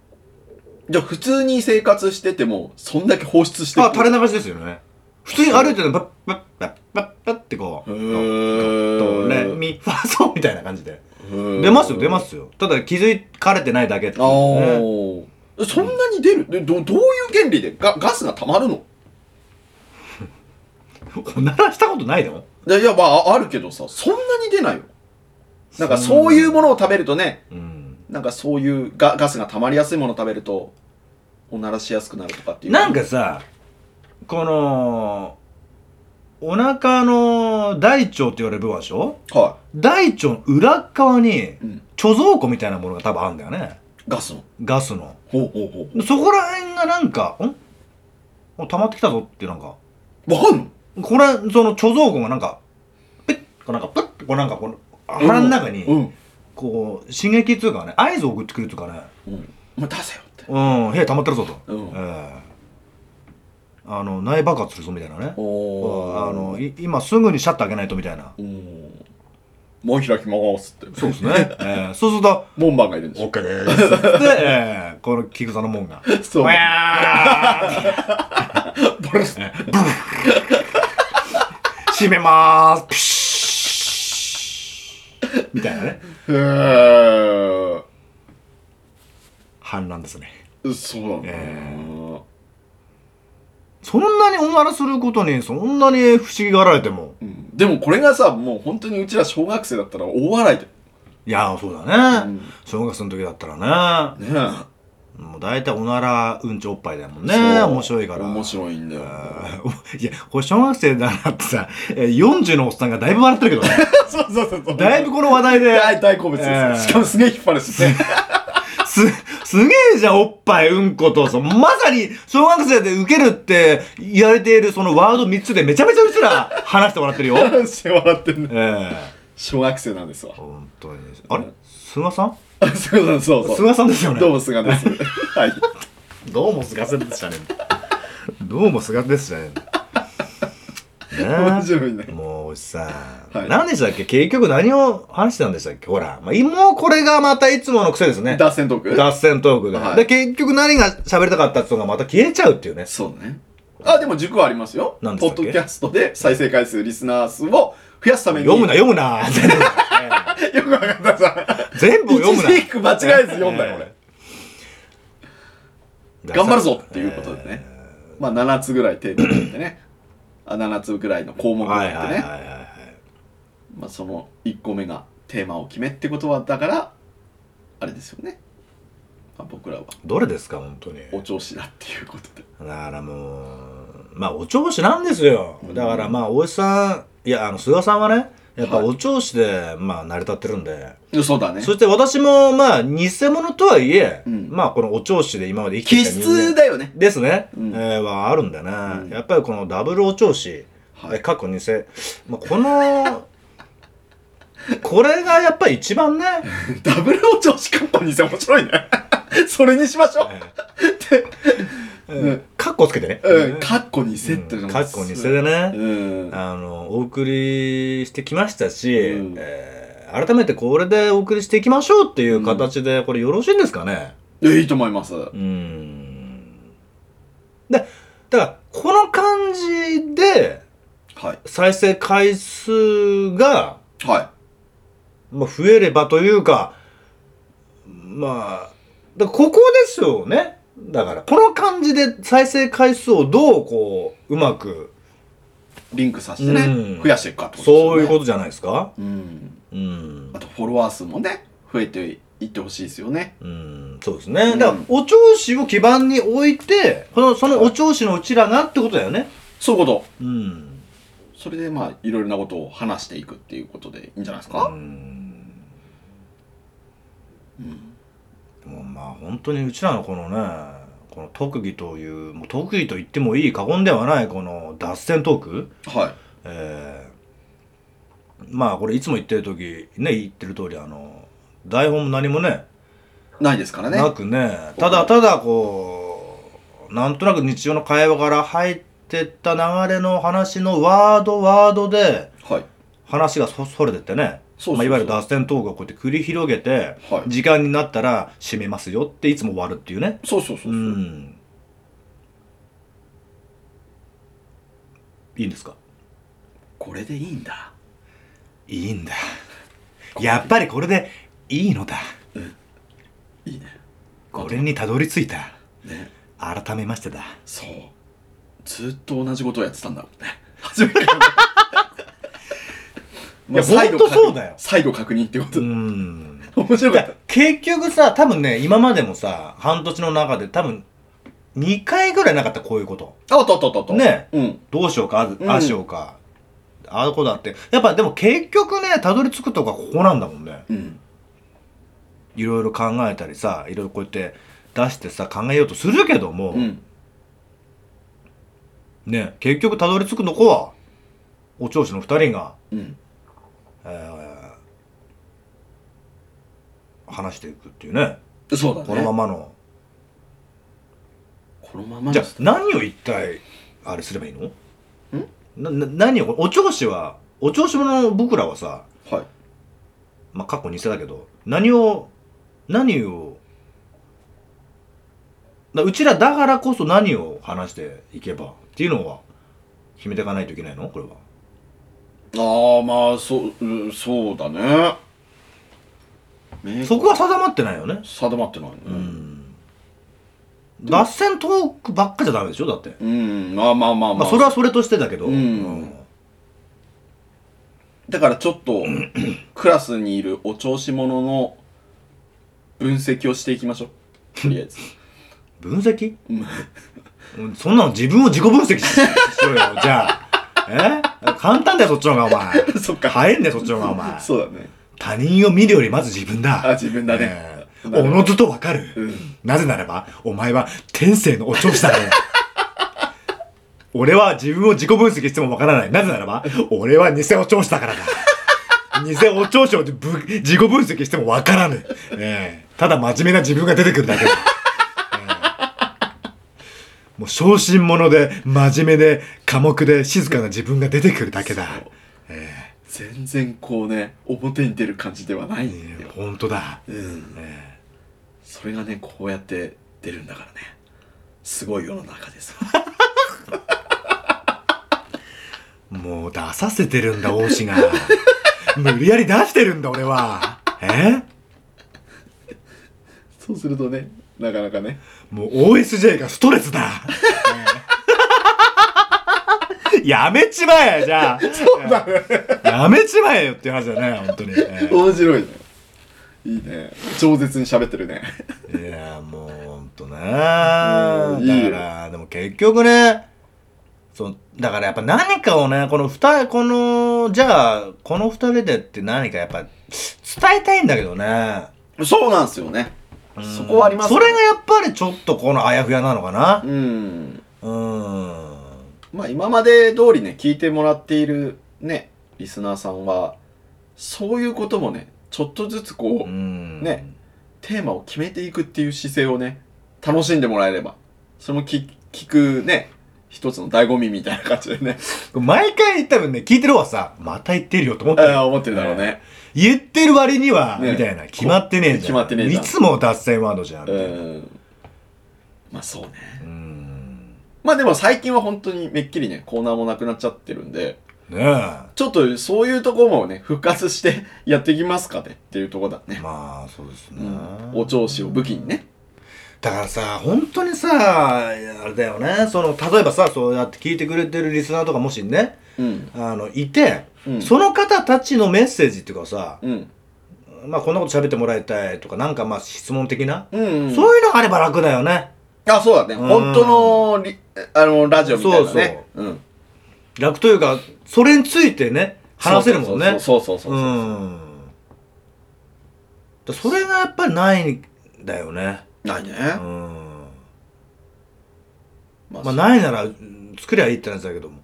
B: じゃあ普通に生活してても、そんだけ放出して
C: あ垂れ流しですよね普通に歩いてるのパッパッパッパッパッってこう
B: へ
C: ド
B: ー
C: ドレミファソみたいな感じで出
B: 出
C: ますよ出ますよただ気づかれてないだけって
B: あ
C: ことですね
B: ーそんなに出るでどどういう原理でガガスが溜まるの
C: おならしたことないの
B: でいやまあああるけどさそんなに出ないよなんかそういうものを食べるとね
C: うん
B: なんかそういうガガスが溜まりやすいものを食べるとおならしやすくなるとかっていう
C: なんかさこのお腹の大腸って言われる部分あるでしょ
B: は
C: 大腸の裏っ側に
B: い、うん、
C: 貯蔵庫みたいなものが多分あるんだよね
B: ガスの
C: ガスの
B: ほうほうほ
C: そこら辺がなんかんもう溜まってきたぞってなんか
B: うわかんの
C: これその貯蔵庫がなんかペッこうなんかプッてこうなんかこの腹の中
B: う
C: に
B: ん、
C: こう刺激っていうかね合図を送ってくるっていうかね
B: うん、お前出せよって
C: うん部屋溜まってるぞと、
B: うん
C: ええあの内爆発するぞみたいなね
B: お
C: あのい今すぐにシャッター開けないとみたいな
B: うんもう開きますって
C: そうで すね、ええそうすると
B: 門番がいるんで
C: 「
B: しょ
C: OK です」で、ええこの菊座の門 が「
B: そう
C: わー
B: ボロッ
C: 閉めまーす」ピシーみたいなね
B: へー
C: 反乱ですね
B: そうなんだ、
C: え
B: ね
C: そんなにおならすることにそんなに不思議がられても
B: うんでもこれがさもう本当にうちら小学生だったら大笑いで、
C: いやそうだ
B: う
C: ね、
B: ん
C: 小学生の時だったらね
B: ね
C: もう大体おならうんちおっぱいだもん
B: え
C: ね面白いから
B: 面白いんだよ
C: あー いやこれ小学生だなってさえー40のおっさんがだいぶ笑ってるけど ね
B: そうそうそうそう
C: だいぶこの話題で
B: 大大好物です、
C: ええ
B: しかもすげえ引っ張るしね
C: すす、すげえじゃん、おっぱい、うんこと、そまさに、小学生で受けるって言われている、そのワード3つでめちゃめちゃうちら話してもらってるよ。え
B: して笑ってん
C: え
B: ね小学生なんですわ
C: 本当に。あれ菅さん
B: あそうそうそう
C: 菅さんですよね
B: どうも菅です はい
C: どうも菅さんでしたね。どうも菅ですじゃねえんだ。
B: 面白いね
C: もうおじさん、
B: はい
C: 何でしたっけ結局何を話してたんでしたっけほら、まあ、もうこれがまたいつもの癖です ね
B: 脱線トーク
C: 脱線トークで,、
B: はい
C: で結局何が喋りたかったっていうのがまた消えちゃうっていうね
B: そうねあでも塾はありますよポ
C: 何でし
B: ッ
C: たっ
B: ド
C: け
B: キャストで再生回数リスナー数を増やすために
C: 読むな読 むな
B: よくわかった さ
C: 全部を読むな
B: 一字一句間違えず読んだよ
C: え
B: 俺
C: え
B: 頑張るぞっていうことでね、まあ7つぐらい丁寧にやってねあ7つぐらいの項目が
C: はい
B: あ
C: は
B: っ
C: い
B: て
C: は
B: ね
C: いはいはい
B: まあその1個目がテーマを決めってことはだからあれですよね、まあ、僕らは
C: どれですか本当に
B: お調子だっていうことで
C: だからもうまあお調子なんですよだからまあ大石さんいやあの菅さんはねやっぱ
B: はい
C: お調子で、まあ成り立ってるんで
B: いやそうだね
C: そして私もまあ偽物とはいえ、
B: うん
C: まあこのお調子で今まで生き
B: 気
C: てきた人間
B: 質だよね
C: ですね、
B: うん
C: えーはあるんだね、
B: うん
C: やっぱりこのダブルお調子、
B: はい
C: え過去偽、まあ、この これがやっぱり一番ね
B: ダブルお調子カッパにして面白いね それにしま しょう、
C: うんカッコつけてね、
B: うん、カッコ偽っていうの
C: うん
B: も
C: カッコ偽でね、
B: うん
C: あのお送りしてきましたし、
B: うん
C: えー改めてこれでお送りしていきましょうっていう形で、これよろしいんですかね
B: いやいいと思います
C: うんでだからこの感じで
B: はい
C: 再生回数が、
B: は
C: まあ、増えればというかまあだからここですよねだからこの感じで再生回数をどうこううまく
B: いリンクさせてね、
C: うん
B: 増やしていくかってことですよね
C: そういうことじゃないですか
B: うん
C: うん
B: あとフォロワー数もね増えていってほしいですよね
C: うんそうですね。
B: うん
C: だから、お調子を基盤に置いて、この、そのお調子のうちらがってことだよね。
B: そういうこと
C: うん。
B: それでまあいろいろなことを話していくっていうことでいいんじゃないです
C: う
B: か、
C: ん
B: うん
C: もうまあ、本当にうちらのこのね、この特技という、もう特技と言ってもいい過言ではない、この脱線トーク。
B: はい
C: えーまあ、これいつも言ってる時、ね、言ってる通り、あの、台本も何もね、
B: ないですからね
C: なくねただただこうなんとなく日常の会話から入ってった流れの話のワードワードで
B: はい
C: 話がそそれてってね
B: そうそうそう
C: まあ、いわゆる脱線トークをこうやって繰り広げて、
B: はい
C: 時間になったら締めますよっていつも終わるっていうね
B: そうそうそうそう、
C: んいいんですか
B: これでいいんだ
C: いいんだやっぱりこれでいいのだ
B: いいね
C: これにたどり着いた
B: ね
C: 改めましてだ
B: そうずっと同じことをやってたんだろうね初めて
C: いやほんとそうだよ
B: 最後確認ってこ
C: う
B: と、
C: ん
B: 面白かっ
C: だ結局さ多分ね今までもさ半年の中で多分2回ぐらいなかったこういうこと
B: たあったあったあった
C: ね
B: うん
C: どうしようかあず
B: うん
C: ああしようか、ああこうだってやっぱでも結局ねたどり着くとこはここなんだもんね
B: うん
C: いろいろ考えたりさいろいろこうやって出してさ考えようとするけども、
B: うん
C: ね結局たどり着くとこはお調子の2人が、
B: うん
C: えー話していくっていうね
B: そうだね
C: このままの、
B: このまま
C: じゃ
B: で
C: あ
B: す
C: 何を一体あれすればいいのなな何をお調子はお調子者の僕らはさ
B: はい
C: まあ過去偽だけど何を何をだうちらだからこそ何を話していけばっていうのは決めていかないといけないのこれ
B: あ
C: は
B: あまあそううんそうだね明
C: そこは定まってないよね
B: 定まってないね
C: うん脱線トークばっかじゃダメでしょだって
B: うん、まあまあまあまあ、
C: まあそれはそれとしてだけど
B: うんだからちょっ とクラスにいるお調子者の分析をしていきましょうとりあえず
C: 分析
B: うん
C: うんそんなの自分を自己分析ししろよ、 じゃあ。え簡単だよ、そっちの方が、お前。
B: そっか
C: 早いんだよ、そっちの方が、お前。
B: そうだね
C: 他人を見るより、まず自分だ。
B: あ自分だね
C: えおのずとわかる、
B: うん
C: なぜならば、お前は天性のお調子だね。 俺は自分を自己分析してもわからない。なぜならば、俺は偽お調子だからだ。偽お調子をぶ自己分析してもわからぬ、ええただ真面目な自分が出てくるだけだ。ええもう小心者で、真面目で、寡黙で、静かな自分が出てくるだけだ。
B: そう全然こうね表に出る感じではない
C: え
B: んだ
C: え
B: よ、
C: 本当だ。
B: うん、
C: え
B: それがねこうやって出るんだからねすごい世の中です
C: えもう出させてるんだ、王 子が。無理やり出してるんだ、俺は。ええ
B: そうするとねなかなかね
C: もう OSJ がストレ スだやめちまえじゃあそうだ、やめちまえよっていう話だね本当に、え
B: 面白いねいいね饒舌に喋ってるね
C: ーいやもう本当ねだ
B: うんいいよ
C: からでも結局ねそうだからやっぱ何かをねこの二人このじゃあこの二人でって何かやっぱ伝えたいんだけどね
B: そうなんですよね
C: うん
B: そこはありますね
C: それがやっぱりちょっとこのあやふやなのかな
B: うん
C: うん
B: まあ今まで通りね聞いてもらっているねリスナーさんはそういうこともねちょっとずつこう、
C: うん
B: ねテーマを決めていくっていう姿勢をね楽しんでもらえればそれも聞聞くね一つの醍醐味みたいな感じでね
C: 毎回多分ね、聞いてる方はさ、また言ってるよと思ってる
B: ああ思ってるだろうね、
C: 言ってる割には、
B: ね
C: みたいな。決まってねえじゃん。
B: 決まってねえじゃん
C: いつも脱線ワードじゃん。みたいな
B: うんまあそうね
C: うん。
B: まあでも最近は本当にめっきりねコーナーもなくなっちゃってるんで
C: ねえ。
B: ちょっとそういうとこもね復活して やっていきますかねっていうとこだね、
C: まあ、そうですね
B: う。ん、お調子を武器にね
C: だからさ、本当にさ、あれだよね。その、例えばさ、そうやって聞いてくれてるリスナーとかもしね、
B: うん
C: あの、いて、
B: うん
C: その方たちのメッセージっていうかさ、
B: うん
C: まあ、こんなこと喋ってもらいたいとか、なんかまあ、質問的な。
B: うん、うん、
C: そういうのがあれば楽だよね。
B: あそうだね
C: うん
B: 本当のリあのラジオみたいなねううん
C: 楽というか、それについてね、話せるもんね。
B: そうそうそうそうそうそうそう
C: うんだそれがやっぱりないんだよね
B: ないね、
C: うん
B: ま
C: まあないならうん作りゃいいって話だけども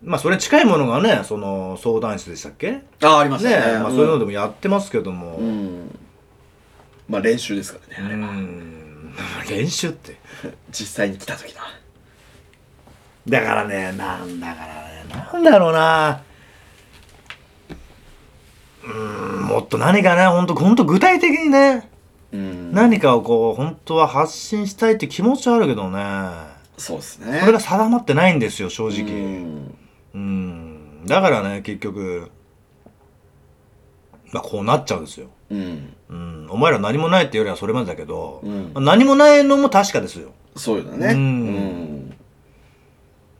C: まあそれに近いものがねその相談室でしたっけね
B: あありましたね
C: まあそういうのでもやってますけども
B: うん、うんまあ練習ですからね、
C: うん 練習って
B: 実際に来た時の
C: だからねなんだからねなんだろうなうんもっと何かねほんとほんと具体的にね
B: うん
C: 何かをこう本当は発信したいって気持ちはあるけどね
B: そうですね
C: これが定まってないんですよ正直
B: う
C: うん
B: ん
C: だからね結局まあこうなっちゃうんですよ
B: うん、
C: うんお前ら何もないってよりはそれまでだけど、
B: うん
C: まあ何もないのも確かですよ
B: そうよね
C: う
B: う
C: ん
B: ん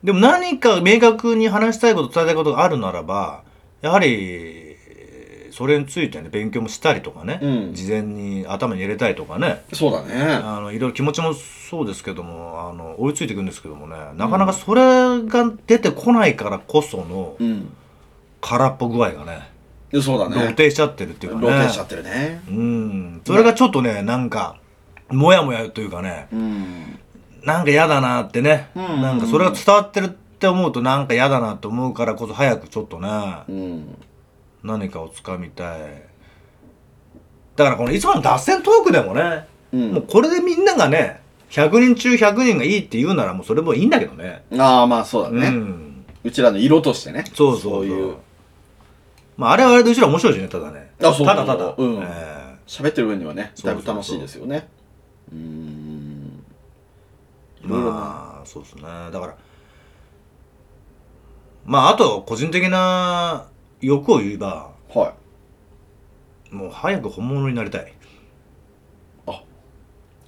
C: でも何か明確に話したいこと伝えたいことがあるならばやはりえーそれについてね勉強もしたりとかね、
B: うん
C: 事前に頭に入れたりとかね、
B: そうだね
C: あのいろいろ気持ちもそうですけどもあの追いついていくんですけどもねなかなかそれが出てこないからこその
B: うん
C: 空っぽ具合がね
B: いやそうだ
C: 露
B: ね
C: 呈しちゃってるっていうかね
B: 露呈しちゃってるね
C: うんそれがちょっとねなんかモヤモヤというかね
B: うん
C: なんか嫌だなってね、
B: うん
C: なんかそれが伝わってるって思うとなんか嫌だなと思うからこそ早くちょっとね、
B: うん
C: 何かをつかみたいだからこのいつもの脱線トークでもね
B: うん
C: もうこれでみんながね、100人中100人がいいって言うならもうそれもいいんだけどね。
B: ああまあそうだ
C: う
B: ね
C: ん。
B: うちらの色としてね
C: そうそう
B: そういう
C: まああれはあれでうちら面白いしね、ただね。
B: あそう
C: ただただ。
B: うん
C: え
B: 喋ってる分にはね
C: そ
B: だ
C: うそう
B: い
C: そう
B: ぶ楽しいですよねうーん
C: えまあ、そうですね。だから、まああと個人的な欲を言えば、
B: あはい
C: もう早く本物になりたい。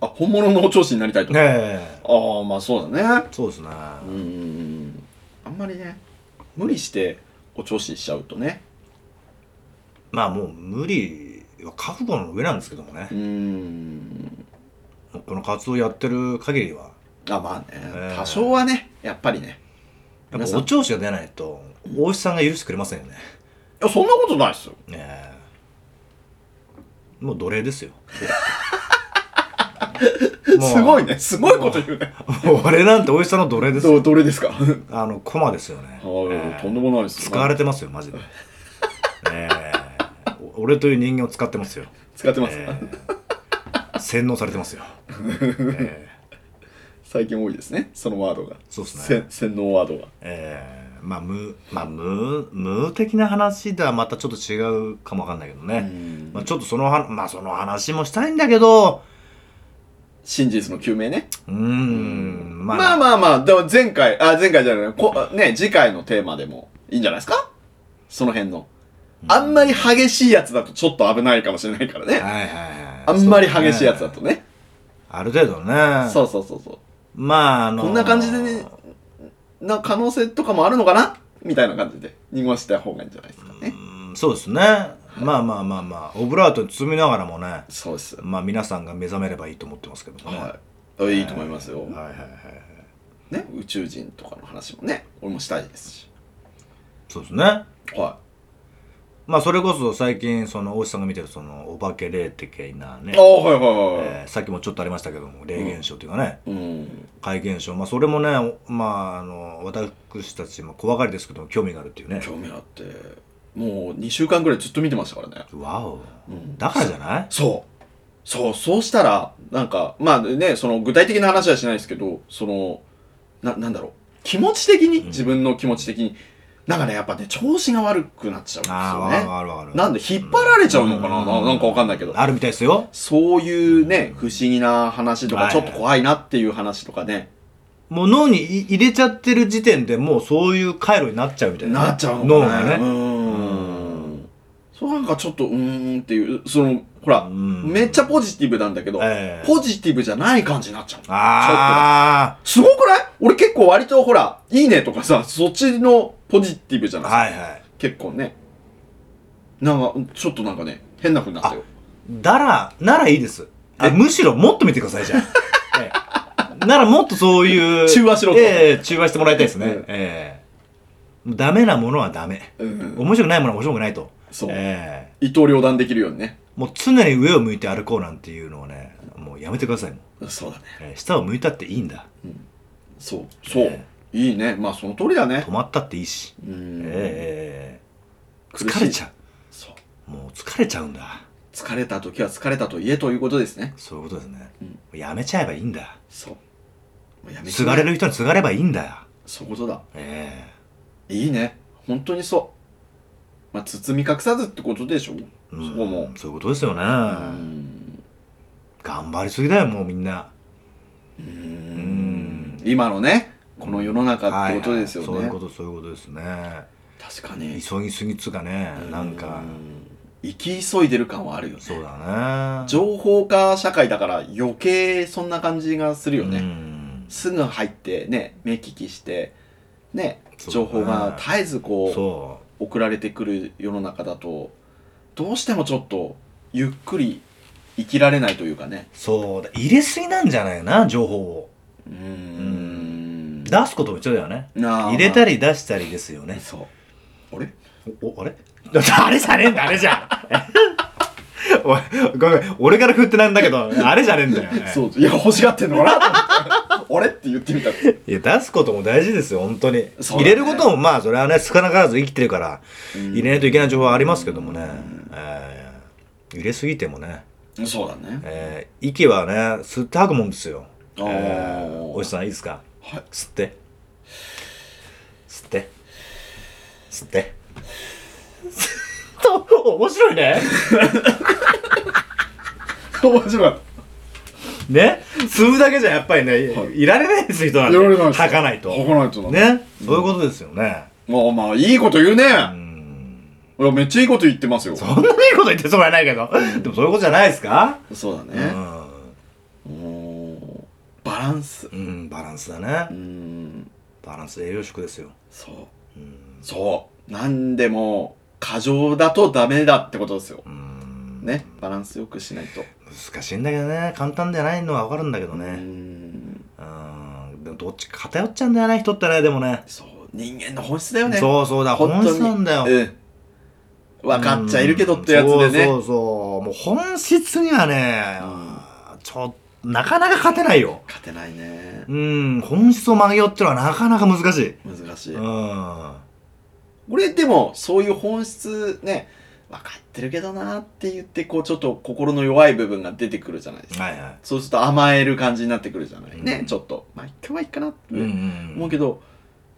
B: あ本物のお調子になりたいと
C: ねえ。
B: ああまあそうだね
C: そうですね。
B: うーんあんまりね無理してお調子しちゃうとね
C: まあもう無理は覚悟の上なんですけどもね
B: う。ーん
C: もうこの活動やってる限りは、
B: あまあね、
C: え
B: 多少はねやっぱりね
C: や
B: 皆
C: っ
B: さ
C: ぱ
B: ん
C: お調子が出ないと、大石さんが許してくれませんよね。
B: いやそんなことないっすよ
C: ねえもう奴隷ですよもう
B: すごいね。すごいこと言うね。
C: もう俺なんて美味しさの奴隷ですよ
B: どどれですかはい、
C: あのコマですよね、えー
B: とんでもないです。
C: 使われてますよマジでえーお俺という人間を使ってますよ、
B: 使ってます、
C: えー洗脳されてますよ、え
B: 最近多いですね、そのワードが。
C: そうっすね
B: せ洗脳ワードが。
C: えーまあ無まあ無無的な話ではまたちょっと違うかもわかんないけどね、
B: うん
C: まあ、ちょっとそのはまあその話もしたいんだけど
B: 真実の究明ね。
C: うーんまあ、
B: まあまあまあ、でも前回、あ、前回じゃない、こあね、次回のテーマでもいいんじゃないですかその辺の。あんまり激しいやつだとちょっと危ないかもしれないからね。
C: はいはいはい
B: あんまり激しいやつだとね。
C: ある程度ね
B: そうそうそうそう。
C: まああの
B: こんな感じでね、な可能性とかもあるのかなみたいな感じで濁した方がいいんじゃないですかね。
C: うんそうですねまあまあまあまあオブラートに包みながらもね
B: そうです。
C: まあ皆さんが目覚めればいいと思ってますけどもね、
B: はいあ。いいと思いますよ。
C: はいはいはい
B: ね、宇宙人とかの話もね、俺もしたいですし。
C: そうですね
B: は
C: まあそれこそ最近その大石さんが見てるそのお化け霊的なね
B: い。あ、あ、はいはいはい。
C: えーさっきもちょっとありましたけども霊現象というかね、
B: うん。
C: 怪現象まあそれもねおまああの私たちも怖がりですけども興味があるっていうね
B: 興味あって、もう2週間ぐらいずっと見てましたからね。
C: わお
B: うん
C: だからじゃない
B: そう。そう、そうしたら、なんか、まあね、その具体的な話はしないですけど、その、な、なんだろう。気持ち的に、自分の気持ち的に、なんかね、やっぱね、調子が悪くなっちゃ
C: ああ
B: うん
C: わ
B: です
C: か
B: よね。
C: るわかるわかる
B: なんで、引っ張られちゃうのかな、ななんかわかんないけど。
C: あるみたいですよ
B: そういうね、不思議な話と
C: は
B: か、
C: い
B: ちょっと怖いなっていう話とかね、
C: もう脳にい入れちゃってる時点でもうそういう回路になっちゃうみたいなね
B: なっちゃうの
C: 脳
B: かね。
C: がね
B: うん。そうなんかちょっと、うーんっていう、その、ほら、
C: ん
B: めっちゃポジティブなんだけど、
C: ええ
B: ポジティブじゃない感じになっちゃう。
C: あ
B: すごくない俺結構割とほら、いいねとかさ、そっちのポジティブじゃ
C: あ
B: ない、
C: はいはい
B: 結構ね。なんか、ちょっとなんかね、変な風になったよ。
C: だらならいいですあむしろもっと見てくださいじゃん、え えならもっとそういう
B: 中和しろと
C: ええ中和してもらいたいですね、
B: うん
C: ええダメなものはダメ
B: うん。
C: 面白くないものは面白くないと
B: そう
C: ええ
B: 伊藤両断できるようにね。
C: もう常に上を向いて歩こうなんていうのをねもうやめてくださいもう
B: そうだね。
C: ええ下を向いたっていいんだ
B: そう。そう。
C: え
B: いいね。まあその通りだね
C: 止。まったっていいし、
B: うん。
C: ええ
B: 苦しい
C: 疲れちゃ
B: そう。
C: うもう疲れちゃうんだ
B: 疲れた時は疲れたと言えということですね。
C: そういうことですね、
B: うん
C: やめちゃえばいいんだ
B: そう。もうやめ
C: すがれ
B: る。
C: る人にすがればいいんだよ
B: そういうことだ。
C: え
B: いいね。本当にそう。まあ包み隠さずってことでしょ。
C: え
B: そこも
C: うん、そういうことですよ
B: う
C: ね、
B: ん。
C: 頑張りすぎだよもうみんな
B: うん今のねこの世の中ってことですよね、
C: はいはいそういうことそういうことですね
B: 確かに
C: 急ぎすぎっつうかねなん
B: う
C: か
B: 生き急いでる感はあるよね
C: そうだね
B: 情報化社会だから余計そんな感じがするよね、
C: うん
B: すぐ入ってね目利きしてね
C: そう
B: 情
C: だ
B: 報
C: ね
B: が絶えずこ
C: そう
B: 送られてくる世の中だとどうしてもちょっとゆっくり生きられないというかね
C: うそうだ入れすぎなんじゃないかな情報を
B: うーん
C: 出すことも一緒だよね
B: なあ
C: 入れたり出したりですよね
B: そうあれ
C: おおあれ だってあれじゃねえんだあれじゃん おいごめん俺から振ってなんだけどあれじゃねえんだよ、
B: そう、いや、欲しがってんのかな と思ってあれって言ってみた。
C: いや出すことも大事ですよ本当に、
B: そう
C: 入
B: だね
C: れることもまあそれはね少なからず生きてるから入れないといけない情報はありますけどもね、えー入れすぎてもね、
B: そうだ ね。
C: えー息はね吸って吐くもんですよ
B: あー
C: えーおじさんいいですか
B: はい。
C: 吸って吸って吸って 面白いね
B: 面白かっ
C: ね吸うだけじゃやっぱりね、、
B: はい
C: られないです人なんて
B: いられないです
C: 吐かないと
B: 吐かないとだ
C: ねそういうことですよね、
B: た。まあまあ、いいこと言うね。
C: うん、
B: いや、めっちゃいいこと言ってますよ。
C: そんなにいいこと言ってそうはないけど、でもそういうことじゃないですか
B: そうだ
C: う
B: ね。
C: ん、
B: うんバランス。
C: うん、バランスだね、
B: うん。
C: バランス栄養食ですよ
B: そう。
C: うん、
B: そう。なんでも、過剰だとダメだってことですよ
C: う。ん
B: ね。バランスよくしないと。
C: 難しいんだけどね簡単じゃないのは分かるんだけど
B: う
C: ね
B: ん。
C: うん、でもどっちか偏っちゃうんだよね人ってねでもね
B: そう。人間の本質だよね。
C: そうそうだ
B: 本
C: 本
B: 当に
C: 質なんだよ、
B: うん。分かっちゃいるけどってやつでね。
C: そうそうそうもう本質にはね、ちょっとなかなか勝てないよ
B: 勝てないね。
C: うん本質を曲げようってのはなかなか難しい
B: 難しい。
C: うん
B: 俺でもそういう本質ね分かってるけどなって言ってこうちょっと心の弱い部分が出てくるじゃないですか、
C: はいは
B: そうすると甘える感じになってくるじゃない、
C: う
B: ね
C: ん
B: ちょっとまあ今日はいいかなって
C: い。
B: 思
C: ん
B: うけど、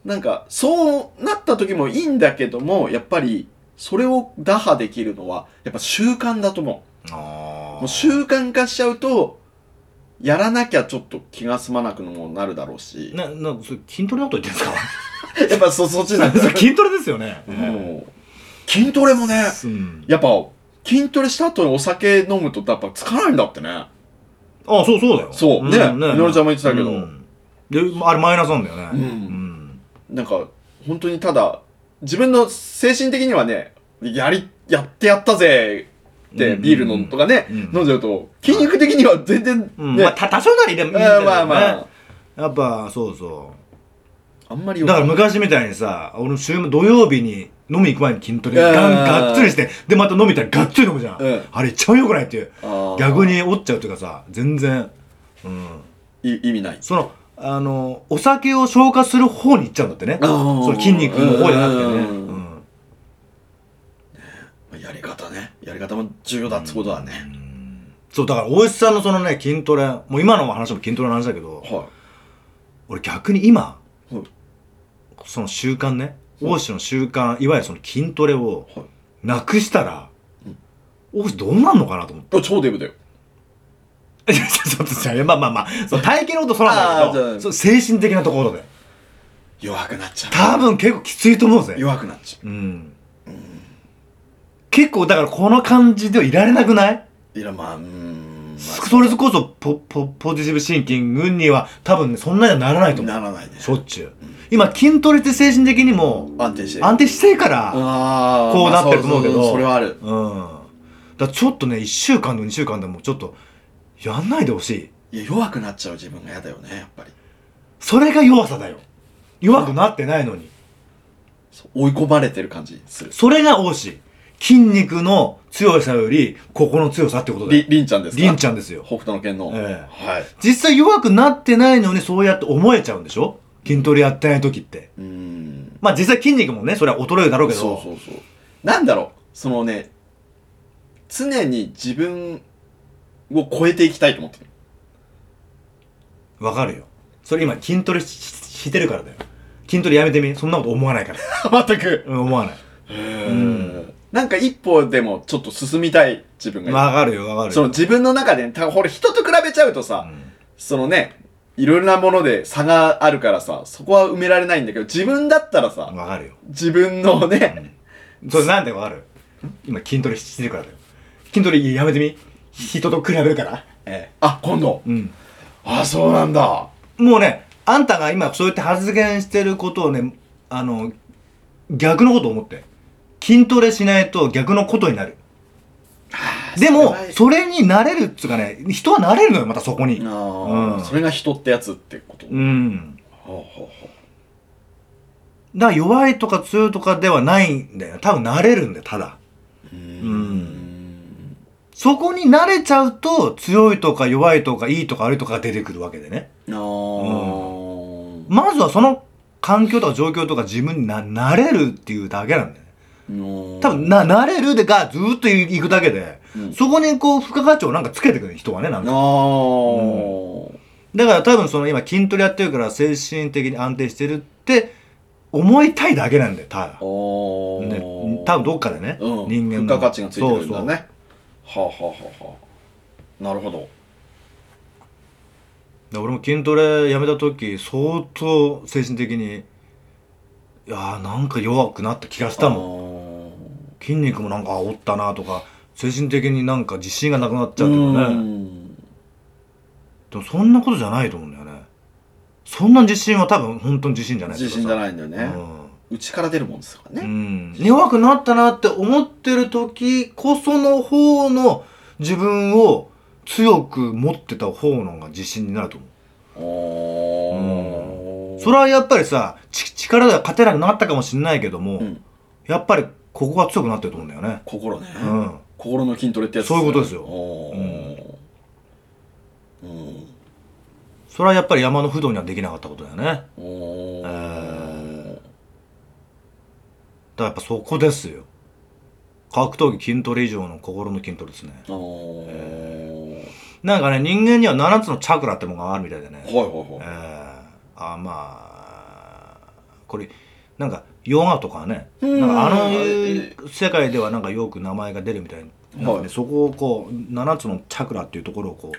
B: なんかそうなった時もいいんだけどもやっぱりそれを打破できるのはやっぱ習慣だと思う
C: あ
B: もう習慣化しちゃうとやらなきゃちょっと気が済まなくもなるだろうし、
C: な、な、それ筋トレのこと言ってんです
B: やっぱ そそっち なんだ
C: か筋トレですよね。
B: もう筋トレもね
C: うん。
B: やっぱ、筋トレした後にお酒飲むと、やっぱ疲れないんだってね。
C: あ、そうそうだよ。
B: そうねみのりちゃんも言ってたけど
C: うんで、あれマイナスなんだよね。
B: うん
C: ん。
B: なんか、本当にただ、自分の精神的にはね、やり、やってやったぜって、
C: うん
B: ビール飲んとかね、
C: うん
B: 飲んじゃうと、筋肉的には全然、ね、
C: うんまあ、た、多少なりでもいいんだよ
B: うん
C: ね。
B: まあまあ、
C: やっぱ、そうそ
B: あんまり
C: う。
B: よ
C: だから昔みたいにさ、俺も週末土曜日に飲み行く前に筋トレガン
B: うん
C: ガッツリして、で、また飲みたらガッツリ飲むじゃん。
B: うん
C: あれ、一番良くないっていう。
B: あー
C: 逆に折っちゃうというかさ、全然。うん。
B: い意味ない。
C: その、あの、お酒を消化する方に行っちゃうんだってね。
B: あー
C: その筋肉の方じゃなくてね。
B: うん
C: うん
B: やり方ね。やり方も重要だってことだね。
C: そう、だから大石さんのそのね、筋トレ、もう今の話も筋トレの話だけど、
B: は
C: 俺逆に今、
B: はい
C: その習慣ね、大石の習慣、いわゆるその筋トレを
B: はい
C: なくしたら、大石どうなんのかなと思って。
B: い。あ超デブだよ。
C: いやちょっとじゃあまあまあまあ、その体型のことそらないけ
B: あーじゃ
C: ど、
B: あ
C: そう精神的なところで。
B: 弱くなっちゃう。
C: 多分結構きついと思うぜ。
B: 弱くなっちゃ。
C: うん。結構だからこの感じではいられなくないう
B: いや、まあ、うーん。まあ
C: それこそポポポジティブシンキングには多分ねそんなにはならないと思う
B: ならないね。
C: しょっちゅう今筋トレって精神的にも
B: 安定してる。
C: 安定してるから
B: ああ
C: こうなってると思うけど
B: まあそそそれはある
C: うんだからちょっとね1週間でも2週間でもちょっとやんないでほしい
B: いや弱くなっちゃう自分が嫌だよねやっぱり
C: それが弱さだよ弱くなってないのに
B: そう追い込まれてる感じする
C: それが多し筋肉の強さよりここの強さってことだ
B: り
C: よ
B: りんちゃんですか
C: りんち
B: ゃん
C: ゃんですよ
B: 北斗の拳の、
C: え
B: はい
C: 実際弱くなってないのにそうやって思えちゃうんでしょ筋トレやってない時って
B: うーん
C: まあ実際筋肉もねそれは衰えるだろうけど
B: そうそうそうなんだろうそのね常に自分を超えていきたいと思ってる
C: わかるよ。それ今筋トレししてるからだよ。筋トレやめてみ。そんなこと思わないから。
B: 全く
C: うん、思わない。
B: うんなんか一歩でもちょっと進みたい自分がいる、
C: わかるよ、わかるよ。
B: その自分の中で、ね、たほら人と比べちゃうとさ、
C: うん
B: そのね、いろいろなもので差があるからさ、そこは埋められないんだけど、自分だったらさ、
C: わかるよ。
B: 自分のね、
C: それなんでわかる今筋トレしてるからだよ。筋トレやめてみ。人と比べるから。
B: ええあ、今度、
C: うん。
B: あ、そうなんだ。
C: もうね、あんたが今そうやって発言してることをね、あの、逆のこと思って。筋トレしないと逆のことになる。でも、
B: そ
C: それになれるっつうかね、人はなれるのよ、またそこに
B: れ。はあー
C: うん
B: それが人ってやつってこと。
C: うん。
B: ほうほうほ
C: だから弱いとか強いとかではないんだよ多分慣れるんだよただ
B: ううーん
C: んそこに慣れちゃうと強いとか弱いとかいいとか悪いとかが出てくるわけでね
B: あー
C: まずはその環境とか状況とか自分にな慣れるっていうだけなんだよね
B: のー
C: 多分な慣れるでがずーっといくだけで、
B: うん
C: そこにこう付加価値をなんかつけてくる人はねなん
B: あ
C: か
B: ー
C: だから多分その今筋トレやってるから精神的に安定してるって思いたいだけなんだよただ
B: あー
C: ね、多分どっかでね、
B: うん、
C: 人間の
B: 付加価値がついてるん
C: そ
B: だ
C: うそう
B: ねはあはあはあはあなるほど
C: で俺も筋トレやめた時相当精神的にいやーなんか弱くなった気がしたもん
B: も
C: 筋肉もなんか煽ったなとか精神的になんか自信がなくなっち
B: ち
C: ゃ
B: ょ
C: う
B: っ
C: と
B: と
C: かね
B: ね
C: でもそんなことじゃないと思うんだよねそんな自信は多分本当に自信じゃない
B: 自信じゃ
C: い
B: ないんだよね内から出るもんですから
C: うん、う
B: ね
C: ん、弱くなったなって思ってる時こその方の自分を強く持ってた方のが自信になると思う
B: おー
C: それはやっぱりさち力では勝てなくなったかもしれないけども、
B: うん
C: やっぱりここが強くなってると思うんだよね。
B: 心ね、
C: うん。
B: 心の筋トレってやつ
C: そういうことですよ
B: おーうん
C: それはやっぱり山の不動にはできなかったことだよね。だか
B: おー
C: らやっぱそこですよ。格闘技筋トレ以上の心の筋トレですね。
B: おー
C: なんかね、人間には7つのチャクラってものがあるみたいでね。
B: はいはい
C: え
B: はい
C: ー、あまあこれなんかヨガとかね
B: うん
C: なんかあの
B: あ
C: い
B: れ
C: う世界ではなんかよく名前が出るみたいななんか
B: は
C: ね
B: い
C: そこをこう7つのチャクラっていうところをこう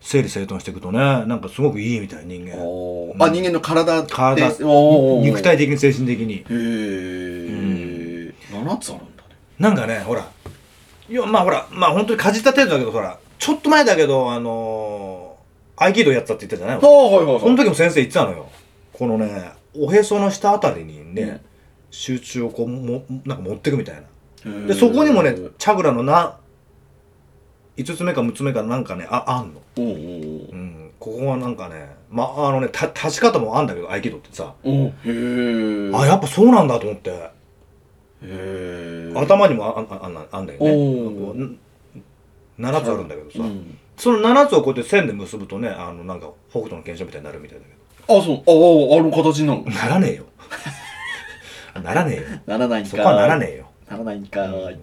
C: 整理整頓していくとねなんかすごくいいみたい人間
B: おーあ人間の体って
C: 体
B: おー
C: 肉体的に精神的に
B: へえ、7つあるんだね
C: なんかねほらいやまあほらまあ本当にかじった程度だけどほらちょっと前だけどあのー、合気道やってたって言ったじゃない
B: あはいはいはい
C: その時も先生言ってたのよ。このね、おへその下あたりにね、
B: うん
C: 集中をこうも、なんか持ってくみたいな。
B: 時
C: で、そこにもね、チャグラのな、5つ目か6つ目かなんかね、あ、あんの。
B: うんうん
C: うん。ここはなんかね、ま、あのね、た、立ち方もあんだけど、合気道ってさ。
B: うんうんへえ
C: あ、やっぱそうなんだと思って。
B: へえ
C: 頭にもあああんなあんだよね。
B: おー
C: こう7つあるんだけどさ、
B: うん
C: その7つをこうやって線で結ぶとねあのなんか北斗の拳者みたいになるみたいだけど
B: あそうあああの形になるの
C: ならねえ よならねえよ
B: ならないんか
C: そこはならねえよ。
B: ならないんかい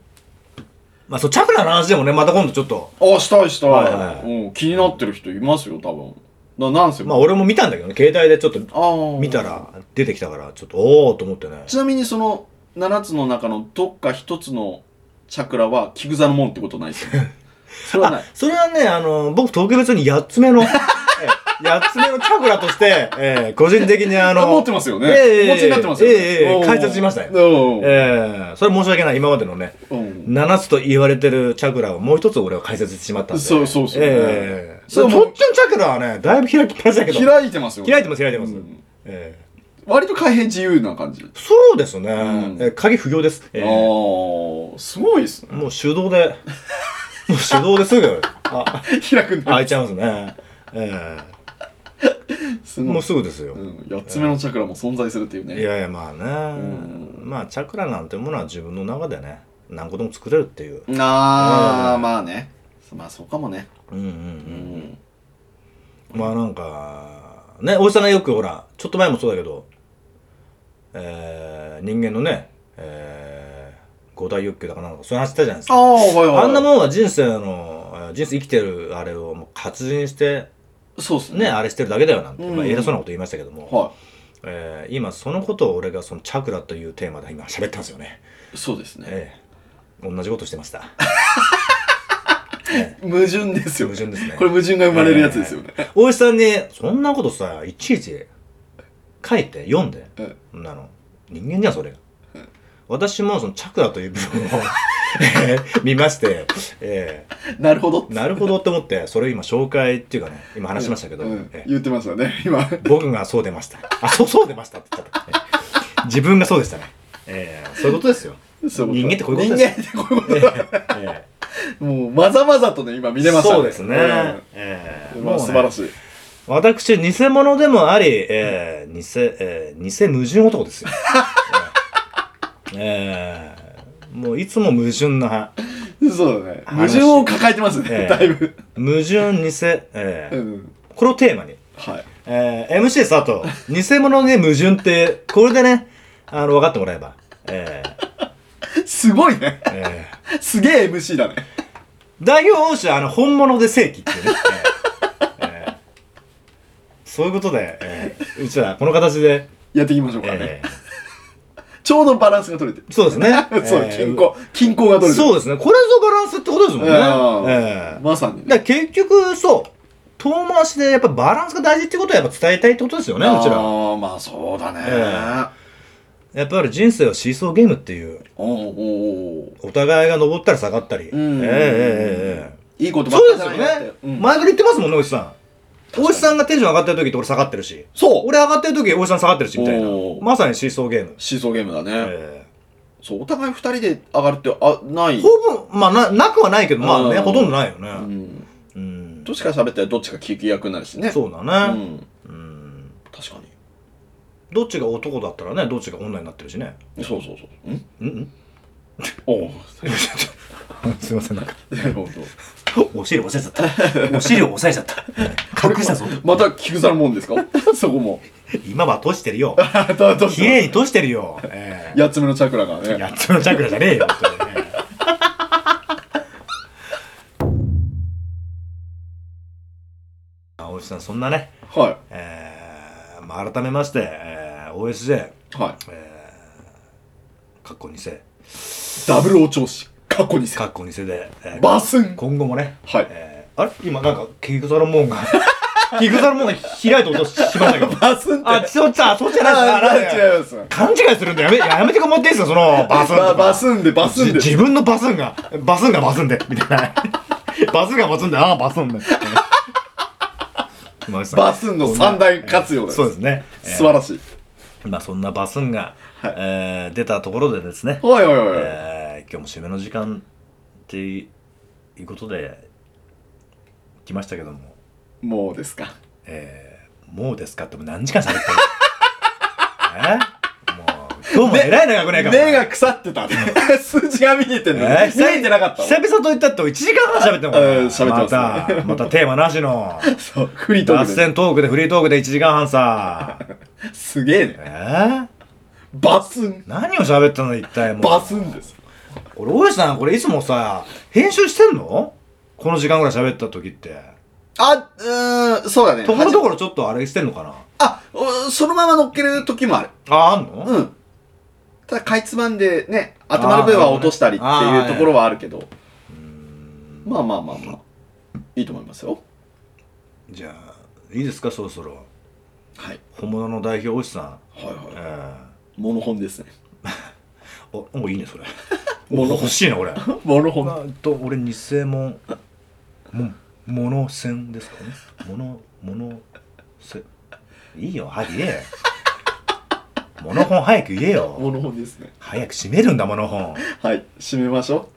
C: まあ、そう、チャクラの話でもね、また今度ちょっと、
B: あしたいしたい、
C: はいはい
B: うん、気になってる人いますよ多分ななんせ
C: まあ、俺も見たんだけどね、携帯でちょっと
B: あー
C: 見たら出てきたから、ちょっと、おおと思ってね。
B: ちなみにその7つの中のどっか1つのチャクラはキグザの門ってことないです よねそれはない
C: それはね、あの、僕、特別に8つ目 の、ええ8つ目のチャクラとして、ええ個人的にあ
B: あ持
C: の
B: って、ますよね、
C: ええ
B: 持ちになってますよね、
C: ええええ
B: おー
C: 解説しましたよ
B: うん
C: ええそれ申し訳ない、今までのね、
B: うん
C: 7つと言われてるチャクラをもう一つ俺は解説してしまったんで。
B: そうそうそう
C: ええ
B: そう
C: とっちゃんチャクラはね、だいぶ開きっぱなしだけど。開
B: 開いてますよ
C: いてます、開いてます。
B: うん
C: ええ
B: 割と開閉自由な感じ、
C: そうですね。
B: ん
C: ええ鍵不要です。ええ
B: ああすごいですね
C: もう手動で、 もう手動ですぐ、あ、
B: 開くんだ
C: 開いちゃうんですね。え
B: す
C: え
B: ごい
C: も、
B: う
C: すぐですよ
B: う。ん、8つ目のチャクラも存在するっていうね
C: いやいや、まあね、
B: ん
C: まあ、チャクラなんてものは自分の中でね、何個でも作れるっていう。
B: ああ、
C: うん
B: まあねまあそうかもね
C: うんうんう。
B: うんん
C: まあなんか、ね、おじさんがよくほら、ちょっと前もそうだけど、えー、人間のね、えー、五大欲求だかなんか、そういう話したじゃないです
B: あ
C: か。
B: あはいはい
C: あんなもんは人生の、えー人生生きてるあれをもう活人して、
B: そうっす
C: ね、あれしてるだけだよなんて、
B: うん
C: まあ、偉そうなこと言いましたけども、
B: は
C: えー今そのことを俺がそのチャクラというテーマで今喋ったんですよね、
B: いそうですね
C: ええ同じことしてました
B: 矛盾ですよ
C: 矛盾ですね
B: これ矛盾が生まれるやつですよね、
C: 大石さんにそんなことさいちいち書いて読んで、
B: うん
C: そんなの人間じゃんそれが、私もそのチャクラという部分をえー見まして、え
B: なるほど
C: えなるほどって思ってそれを今紹介っていうかね今話しましたけど、
B: うん
C: ええ
B: 言ってましたね今
C: 僕がそう出ました。あ、そう、そう出ましたって言っちゃった。え自分がそうでしたね。ええそういうことですよ。
B: そう
C: 人間ってこういう
B: 人
C: ことで
B: 間ってこういうこと
C: ええ
B: もうまざまざとね今見れました
C: そうですね。ええ
B: うんまあ素晴ら
C: い。
B: しい
C: 私、偽物でもあり、ええ偽、ええ偽矛盾男ですよ。ええええもういつも矛盾な、
B: そうだね
C: 話
B: 矛盾を抱えてますね、
C: ええ
B: だいぶ、
C: 矛盾、偽、ええ
B: うん、
C: これをテーマに。
B: はい
C: えー、MC 佐藤、偽物に矛盾って、これでね、あの、分かってもらえば。え
B: すごいね
C: えええ
B: すげえ MC だね
C: 代表本社あの本物で正規っていうね、えーえーそういうことで、えーうちはこの形で、
B: やっていきましょうかね、
C: え
B: ちょうどバランスが取れてる
C: ーそうですね
B: そう、
C: えー
B: 均衡均衡が取れてる
C: そうですねこれぞバランスってことですもんね、
B: う
C: え
B: ん
C: ーだか
B: まさにね
C: ら結局そう遠回しでやっぱバランスが大事ってことはやっぱ伝えたいってことですよね
B: あ
C: うちら
B: ーまあそうだね、
C: やっぱり人生はシーソーゲームっていう
B: おうおうおう
C: お互いが上ったり下がったり、
B: うん
C: えーえーえーえ
B: いいこと
C: ー
B: ば
C: そう
B: っ
C: で
B: か
C: す
B: じゃ
C: よ
B: ないな
C: ね
B: って、、うん
C: 前から言ってますもんねおじさ
B: 確
C: ん
B: か
C: お
B: に
C: じさんがテンション上がってる時って俺下がってるし
B: そう
C: 俺上がってる時おじさん下がってるしみたいな
B: おー
C: まさにシーソーゲーム、
B: シーソーゲームだね、
C: え
B: そうお互い二人で上がるってあない
C: ー、ほぼまあななくはないけどまあね
B: うん
C: ほとんどないよね
B: う
C: うん、
B: ん、どっちか喋ったらどっちか聞き役になるしね
C: そうだ
B: う
C: ね
B: ん、
C: うん、
B: 確か
C: どっちが男だったらねどっちが女になってるしね
B: にそうそうそうん
C: うん
B: お う
C: すいません、なんか。
B: なるほど
C: お尻押さえちゃった。お尻を押さえち ゃった。隠したぞ。
B: また菊ざるもん ですかそこも
C: 今は閉じてるよ。
B: あどうどう
C: 綺麗に閉じてるよ。え
B: 八つ目のチャクラが
C: え
B: ね
C: 八つのチャクラじゃねえよ。本当にね あ大石さん、そんなね、
B: は
C: えーまあ、改めまして、えー、OSJ、
B: いは
C: えー、かっこ2世、
B: いダブルお調子過去にせ
C: かっこ2世で、えー
B: バスン
C: 今後もね、
B: はい
C: えーあれ今なんか、キグザル モンが、キグザルモンが開いた音しましたけど。
B: バスンって
C: あ、そう、あ、そうじゃないです
B: あ
C: あなんか
B: 違います
C: 勘違いするんだやめ、やめてもらっていいですか、その、バスンとか。
B: ババスンでバスンで
C: じ自分のバスンが、バスンがバスンで、みたいな。バスンがバスンで、ああ、バスンで。
B: バスンの三大活用です
C: そうですね。
B: 素晴らしい
C: えーまあ、そんなバスンが、
B: はい
C: えー出たところでですね、
B: はいはいはいはい
C: えー今日も締めの時間っていうことで、来ましたけども、
B: もうですか
C: えーもうですかってもう何時間喋ってる えーもう、今日も偉い長くないかも。
B: 目が腐って たね数字が見えてんのに
C: えー
B: 見えてなかった
C: 久々と言ったって1時間半喋ってもん
B: うん喋ってますね
C: またまたテーマなしの
B: そうフリート
C: 脱
B: ークで
C: 線トークでフリートークで1時間 半さ
B: すげえね
C: えー、
B: バスン
C: 何を喋ったの一体もう
B: バスンです
C: 俺大石さんこれいつもさ編集してんのこの時間ぐらい喋った時って
B: あうーんそうだね
C: ところどころちょっとあれしてんのかな
B: あおそのまま乗っける時もある
C: ああんの、
B: うん。ただ、かいつまんでね、頭の部分は落としたりっていうところはあるけど、まあまあまあまあ、いいと思いますよ。
C: じゃあいいですかそろそろ
B: はい。
C: 本物の代表大石さん、
B: はい
C: え
B: は
C: ー、
B: い。モノホンですね。
C: おおいい ねそれ
B: 物
C: 欲しいな俺
B: モノホン。
C: まあ、と俺偽物も物線ですかね物物せいいよ早く言えよ物本早く言えよ
B: モノホンですね。
C: 早く閉めるんだ物本
B: はい。締めましょ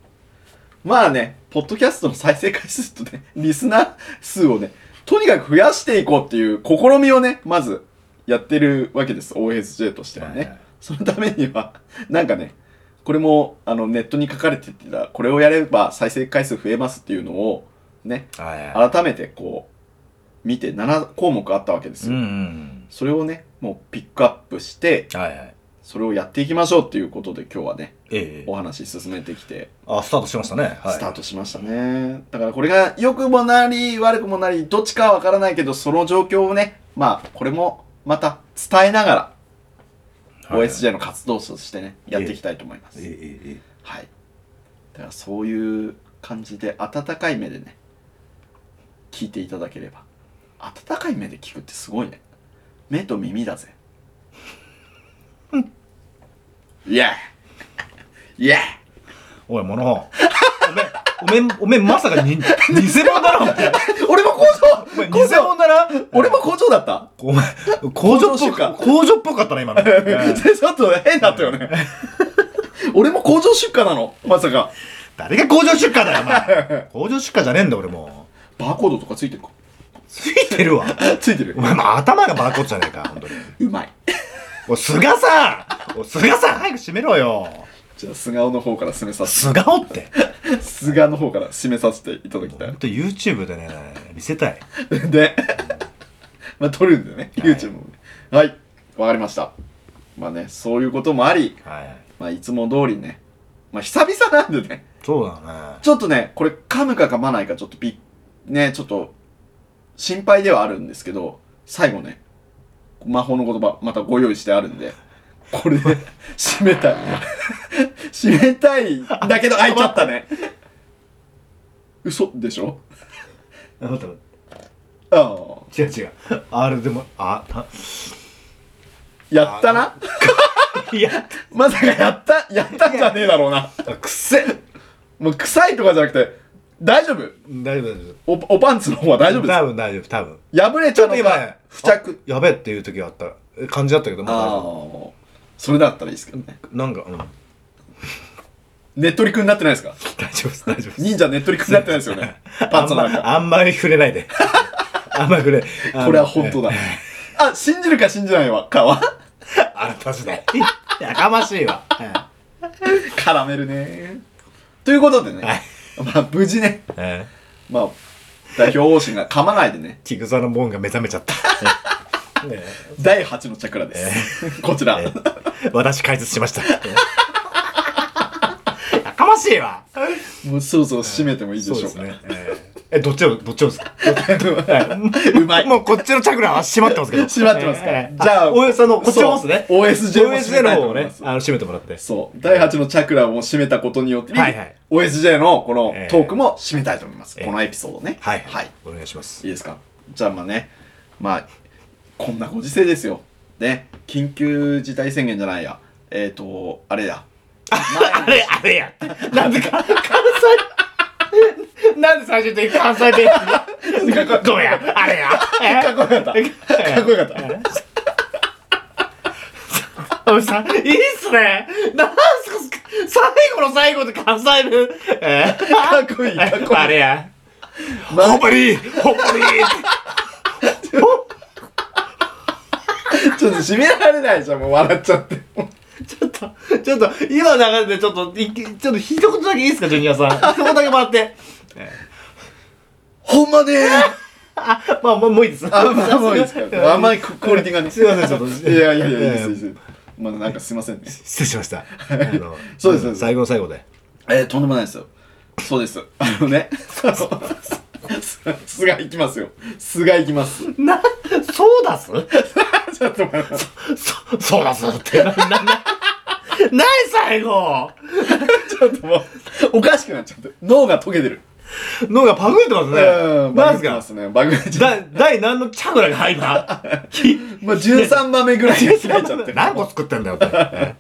B: う。まあね、ポッドキャストの再生回数とね、 リスナー数をね、とにかく増やしていこうっていう試みをね、まずやってるわけです。OSJ としてはね。
C: はいはい
B: そのためには、 なんかね、これもあのネットに書かれてた、これをやれば再生回数増えますっていうのを、ね、
C: は
B: 改めてこう、見て7項目あったわけで
C: い
B: す
C: う
B: よ。
C: んうん
B: それをね、もうピックアップして、
C: はいはい
B: それをやっていきましょうっていうことで今日はね、
C: ええ
B: お話進めてきて、
C: あスタートしましたね、はい、
B: スタートしましたね。だからこれが良くもなり、悪くもなり、どっちかはわからないけど、その状況をね、まあ、これもまた伝えながら、
C: はい
B: OSJ の活動としてね、やっていきたいと思います。
C: えええええ
B: はい。だからそういう感じで、温かい目でね、聞いていただければ。温かい目で聞くってすごいね。目と耳だ ぜ。イエーイエー
C: えおい物本おめおめおめまさかに偽物だろお前
B: 俺も工場
C: お前偽物だな
B: 俺も工場だった
C: お前工場
B: 工場
C: っぽ
B: 集荷
C: く工場っぽかった な今の、ええ
B: それちょっと変だったよね。 俺も工場出荷なのまさか。
C: 誰が工場出荷だよ、お前。工場出荷じゃねえんだ、俺も
B: バーコードとかついてるか
C: う。ついてるわ。
B: ついてる
C: お。前、まあ、頭がバーコードじゃねえか、本当に。
B: うまい。
C: おい、菅さんおい、菅さん早く閉めろよ。
B: じゃあ、菅尾の方から締めさせ
C: 菅尾って。
B: て、菅の方から締めさせていただきた
C: 本当 YouTube でね、見せたい。
B: い。で、まあ、撮るんだよね。
C: はい
B: YouTube もね。はい。わかりました。まあね、そういうこともあり、
C: はい。
B: まあ、いつも通りね。まあ、久々なんでね。
C: そうだ
B: ちょっとね、これ噛むか噛まないかちょっとびっ、ね、ちょっと心配ではあるんですけど、最後ね、魔法の言葉またご用意してあるんで、これ で締めたい。締めたいんだ けど開いちゃったね。嘘でしょ
C: ね。待って待っ
B: ああ。
C: て。違う違う。あれでも、あ、 た
B: やったな
C: いや、
B: まさかやったやったんじゃねえだろうな。
C: くせ
B: もう臭いとかじゃなくて、大丈夫
C: 大丈夫大丈夫。
B: おおパンツの方は大丈夫です
C: 多分大丈夫、多分。
B: 破れちゃうの
C: 今ね
B: か、付着。
C: やべえっていう時があったえ感じだったけど、まあ大
B: あ
C: 丈
B: あ
C: 夫。
B: ー、それだったらいいですけどね。
C: なんか、うん。
B: ねっとりくんになってないですか
C: 大丈夫です、大丈夫です。
B: 忍者ねっとりくんになってないですよ ね。パンツの中。
C: あんまり触れないで。 あんまり触れ。
B: これは本当だ。あ、信じるか信じないわかは。
C: あなた次第。やかましいわ。
B: 絡めるね。ということでね、
C: はい
B: まあ無事ね、
C: え
B: まあ、代表方針が噛まないでね、
C: ー、キグザのボーンが目覚めちゃった。ね
B: 第8のチャクラです。 こちら。
C: えー私解説しました。やかましいわ
B: もうそろそろ締めてもいいでしょうか。
C: そうですね。えーえ、どっちを、どっちをですか
B: うまい。
C: もうこっちのチャクラは閉まってますけど。
B: 閉まってますから
C: じ
B: じ
C: ゃ
B: ゃ
C: あ、
B: あ
C: およさんの、こっちもですね。
B: そう OSJ も締
C: OSJ
B: めたいと
C: の方を
B: 思い
C: ね
B: ま、す
C: あの、閉めてもらって。
B: そう。第8のチャクラを締めたことによって、
C: はいはい
B: OSJ のこの
C: ええ
B: トークも締めたいと思います。
C: ええ
B: このエピソードね。
C: はい。
B: はい。
C: お願いします
B: い。いですかじゃあまあね、まあ、こんなご時世ですよ。ね、緊急事態宣言じゃないや。えっ、ー、と、あれや。
C: あれ、あれや。なんでか、関西。なんで最終的に関西弁どうやあれや
B: かっこよかった。かっこよかった。
C: えおじさん、いいっすねなんすか最後の最後で関西弁え
B: かっこいい、かっこいい。
C: あれや
B: まあ
C: ほっぱりほっぱり
B: ちょっと締められないじゃん、もう笑っちゃって。
C: ちょっと、ちょっと、今の流れでちょっと、いきちょっと一言だけいいですか、ジュニアさん。一言だけもらって。
B: ほんまね
C: あ、まあ、もうもういいです。
B: あ、まあ、もういい ですか。 あんまりクオリティがね。
C: すいません ちょっと
B: いやいやいや、いいです
C: ええ
B: いいです。まあ、なんかすいませんね。
C: 失礼しま した。あの
B: そうですそうです
C: 最後の最後で。
B: えー、とんでもないですよ。そうです。あのね。すがいきますよ。すがいきます。
C: な、そうだす
B: ちょっと待って
C: そ、 そうだすって。な、な、な、ない最後
B: ちょっともう、おかしくなっちゃって。脳が溶けてる。
C: 脳がパグってますね。
B: バ
C: なん
B: グってますすね。バグがち
C: か
B: ゃ
C: だ、第何のチャクラが入った
B: まあ、13番目ぐらいが開いちゃってる。
C: 何個作ってんだ よって。え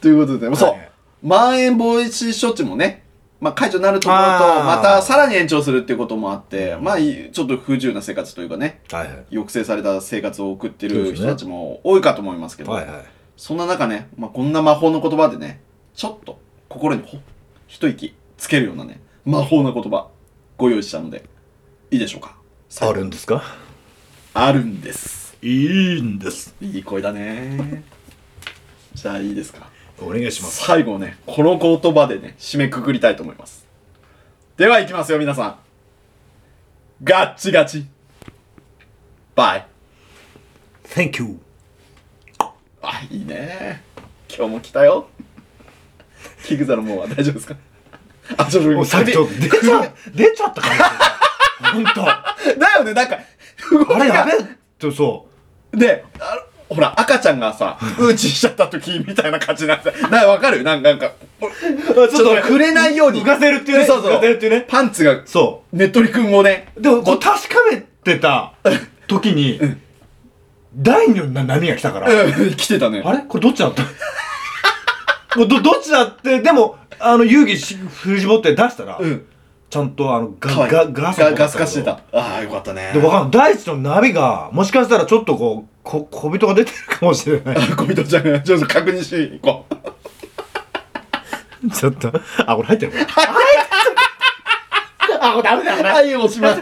B: ということで、もうそう
C: はいはい。
B: まん延防止処置もね、まあ、解除になるところと、
C: あー
B: またさらに延長するっていうこともあって、まあ、いちょっと不自由な生活というかね、
C: はいはい。
B: 抑制された生活を送って
C: そうで
B: る
C: すね
B: 人たちも多いかと思いますけど、
C: はいはい。
B: そんな中ね、まあ、こんな魔法の言葉でね、ちょっと心にほ一息つけるようなね、魔法の言葉ご用意したので、いいでしょうか。さ
C: あるんですか
B: あるんです。
C: いいんです。
B: いい声だね。じゃあいいですか。
C: お願いします。
B: 最後ね、この言葉でね、締めくくりたいと思います。では行きますよ、皆さん。ガッチガチ。バイ。
C: Thank you.
B: あ、いいね。今日も来たよ。キグザのもうは大丈夫ですかあ、ちょっと
C: もうさっきちょっと出ちゃ、出ちゃったから。 ほんと。あ
B: だよね、なんか、動き
C: れや
B: が
C: べえってそう。
B: で、あほら、赤ちゃんがさ、うんちしちゃった時みたいな感じになって、なんかわかるなんか、なんか、
C: ちょっ
B: ちょっと触れないように。
C: 浮かせるっていうね。
B: そうそう。
C: 浮かせるっていうね。
B: パンツが、
C: そ
B: ねっとりくんをね、
C: う。でも、こう確かめ てた時に、第二の波が来たから、
B: うん来てたね。
C: あれこれどっちだった もうど、どっちだって、でも、あの、遊戯し振り絞って出したら、
B: うん。
C: ちゃんと、あの、ガ、
B: かわいい
C: ガ、ガ
B: ガガス化してた。。ああ、よかったね。
C: で、わかんない。第一の波が、もしかしたらちょっとこう、こ、小人が出てるかもしれ ない。
B: あ小人ちゃんが、ちょっと確認しに行こう。
C: ちょっと、あ、これ入ってるこれ。あ、これダメだ、これ。
B: はい、おしまい。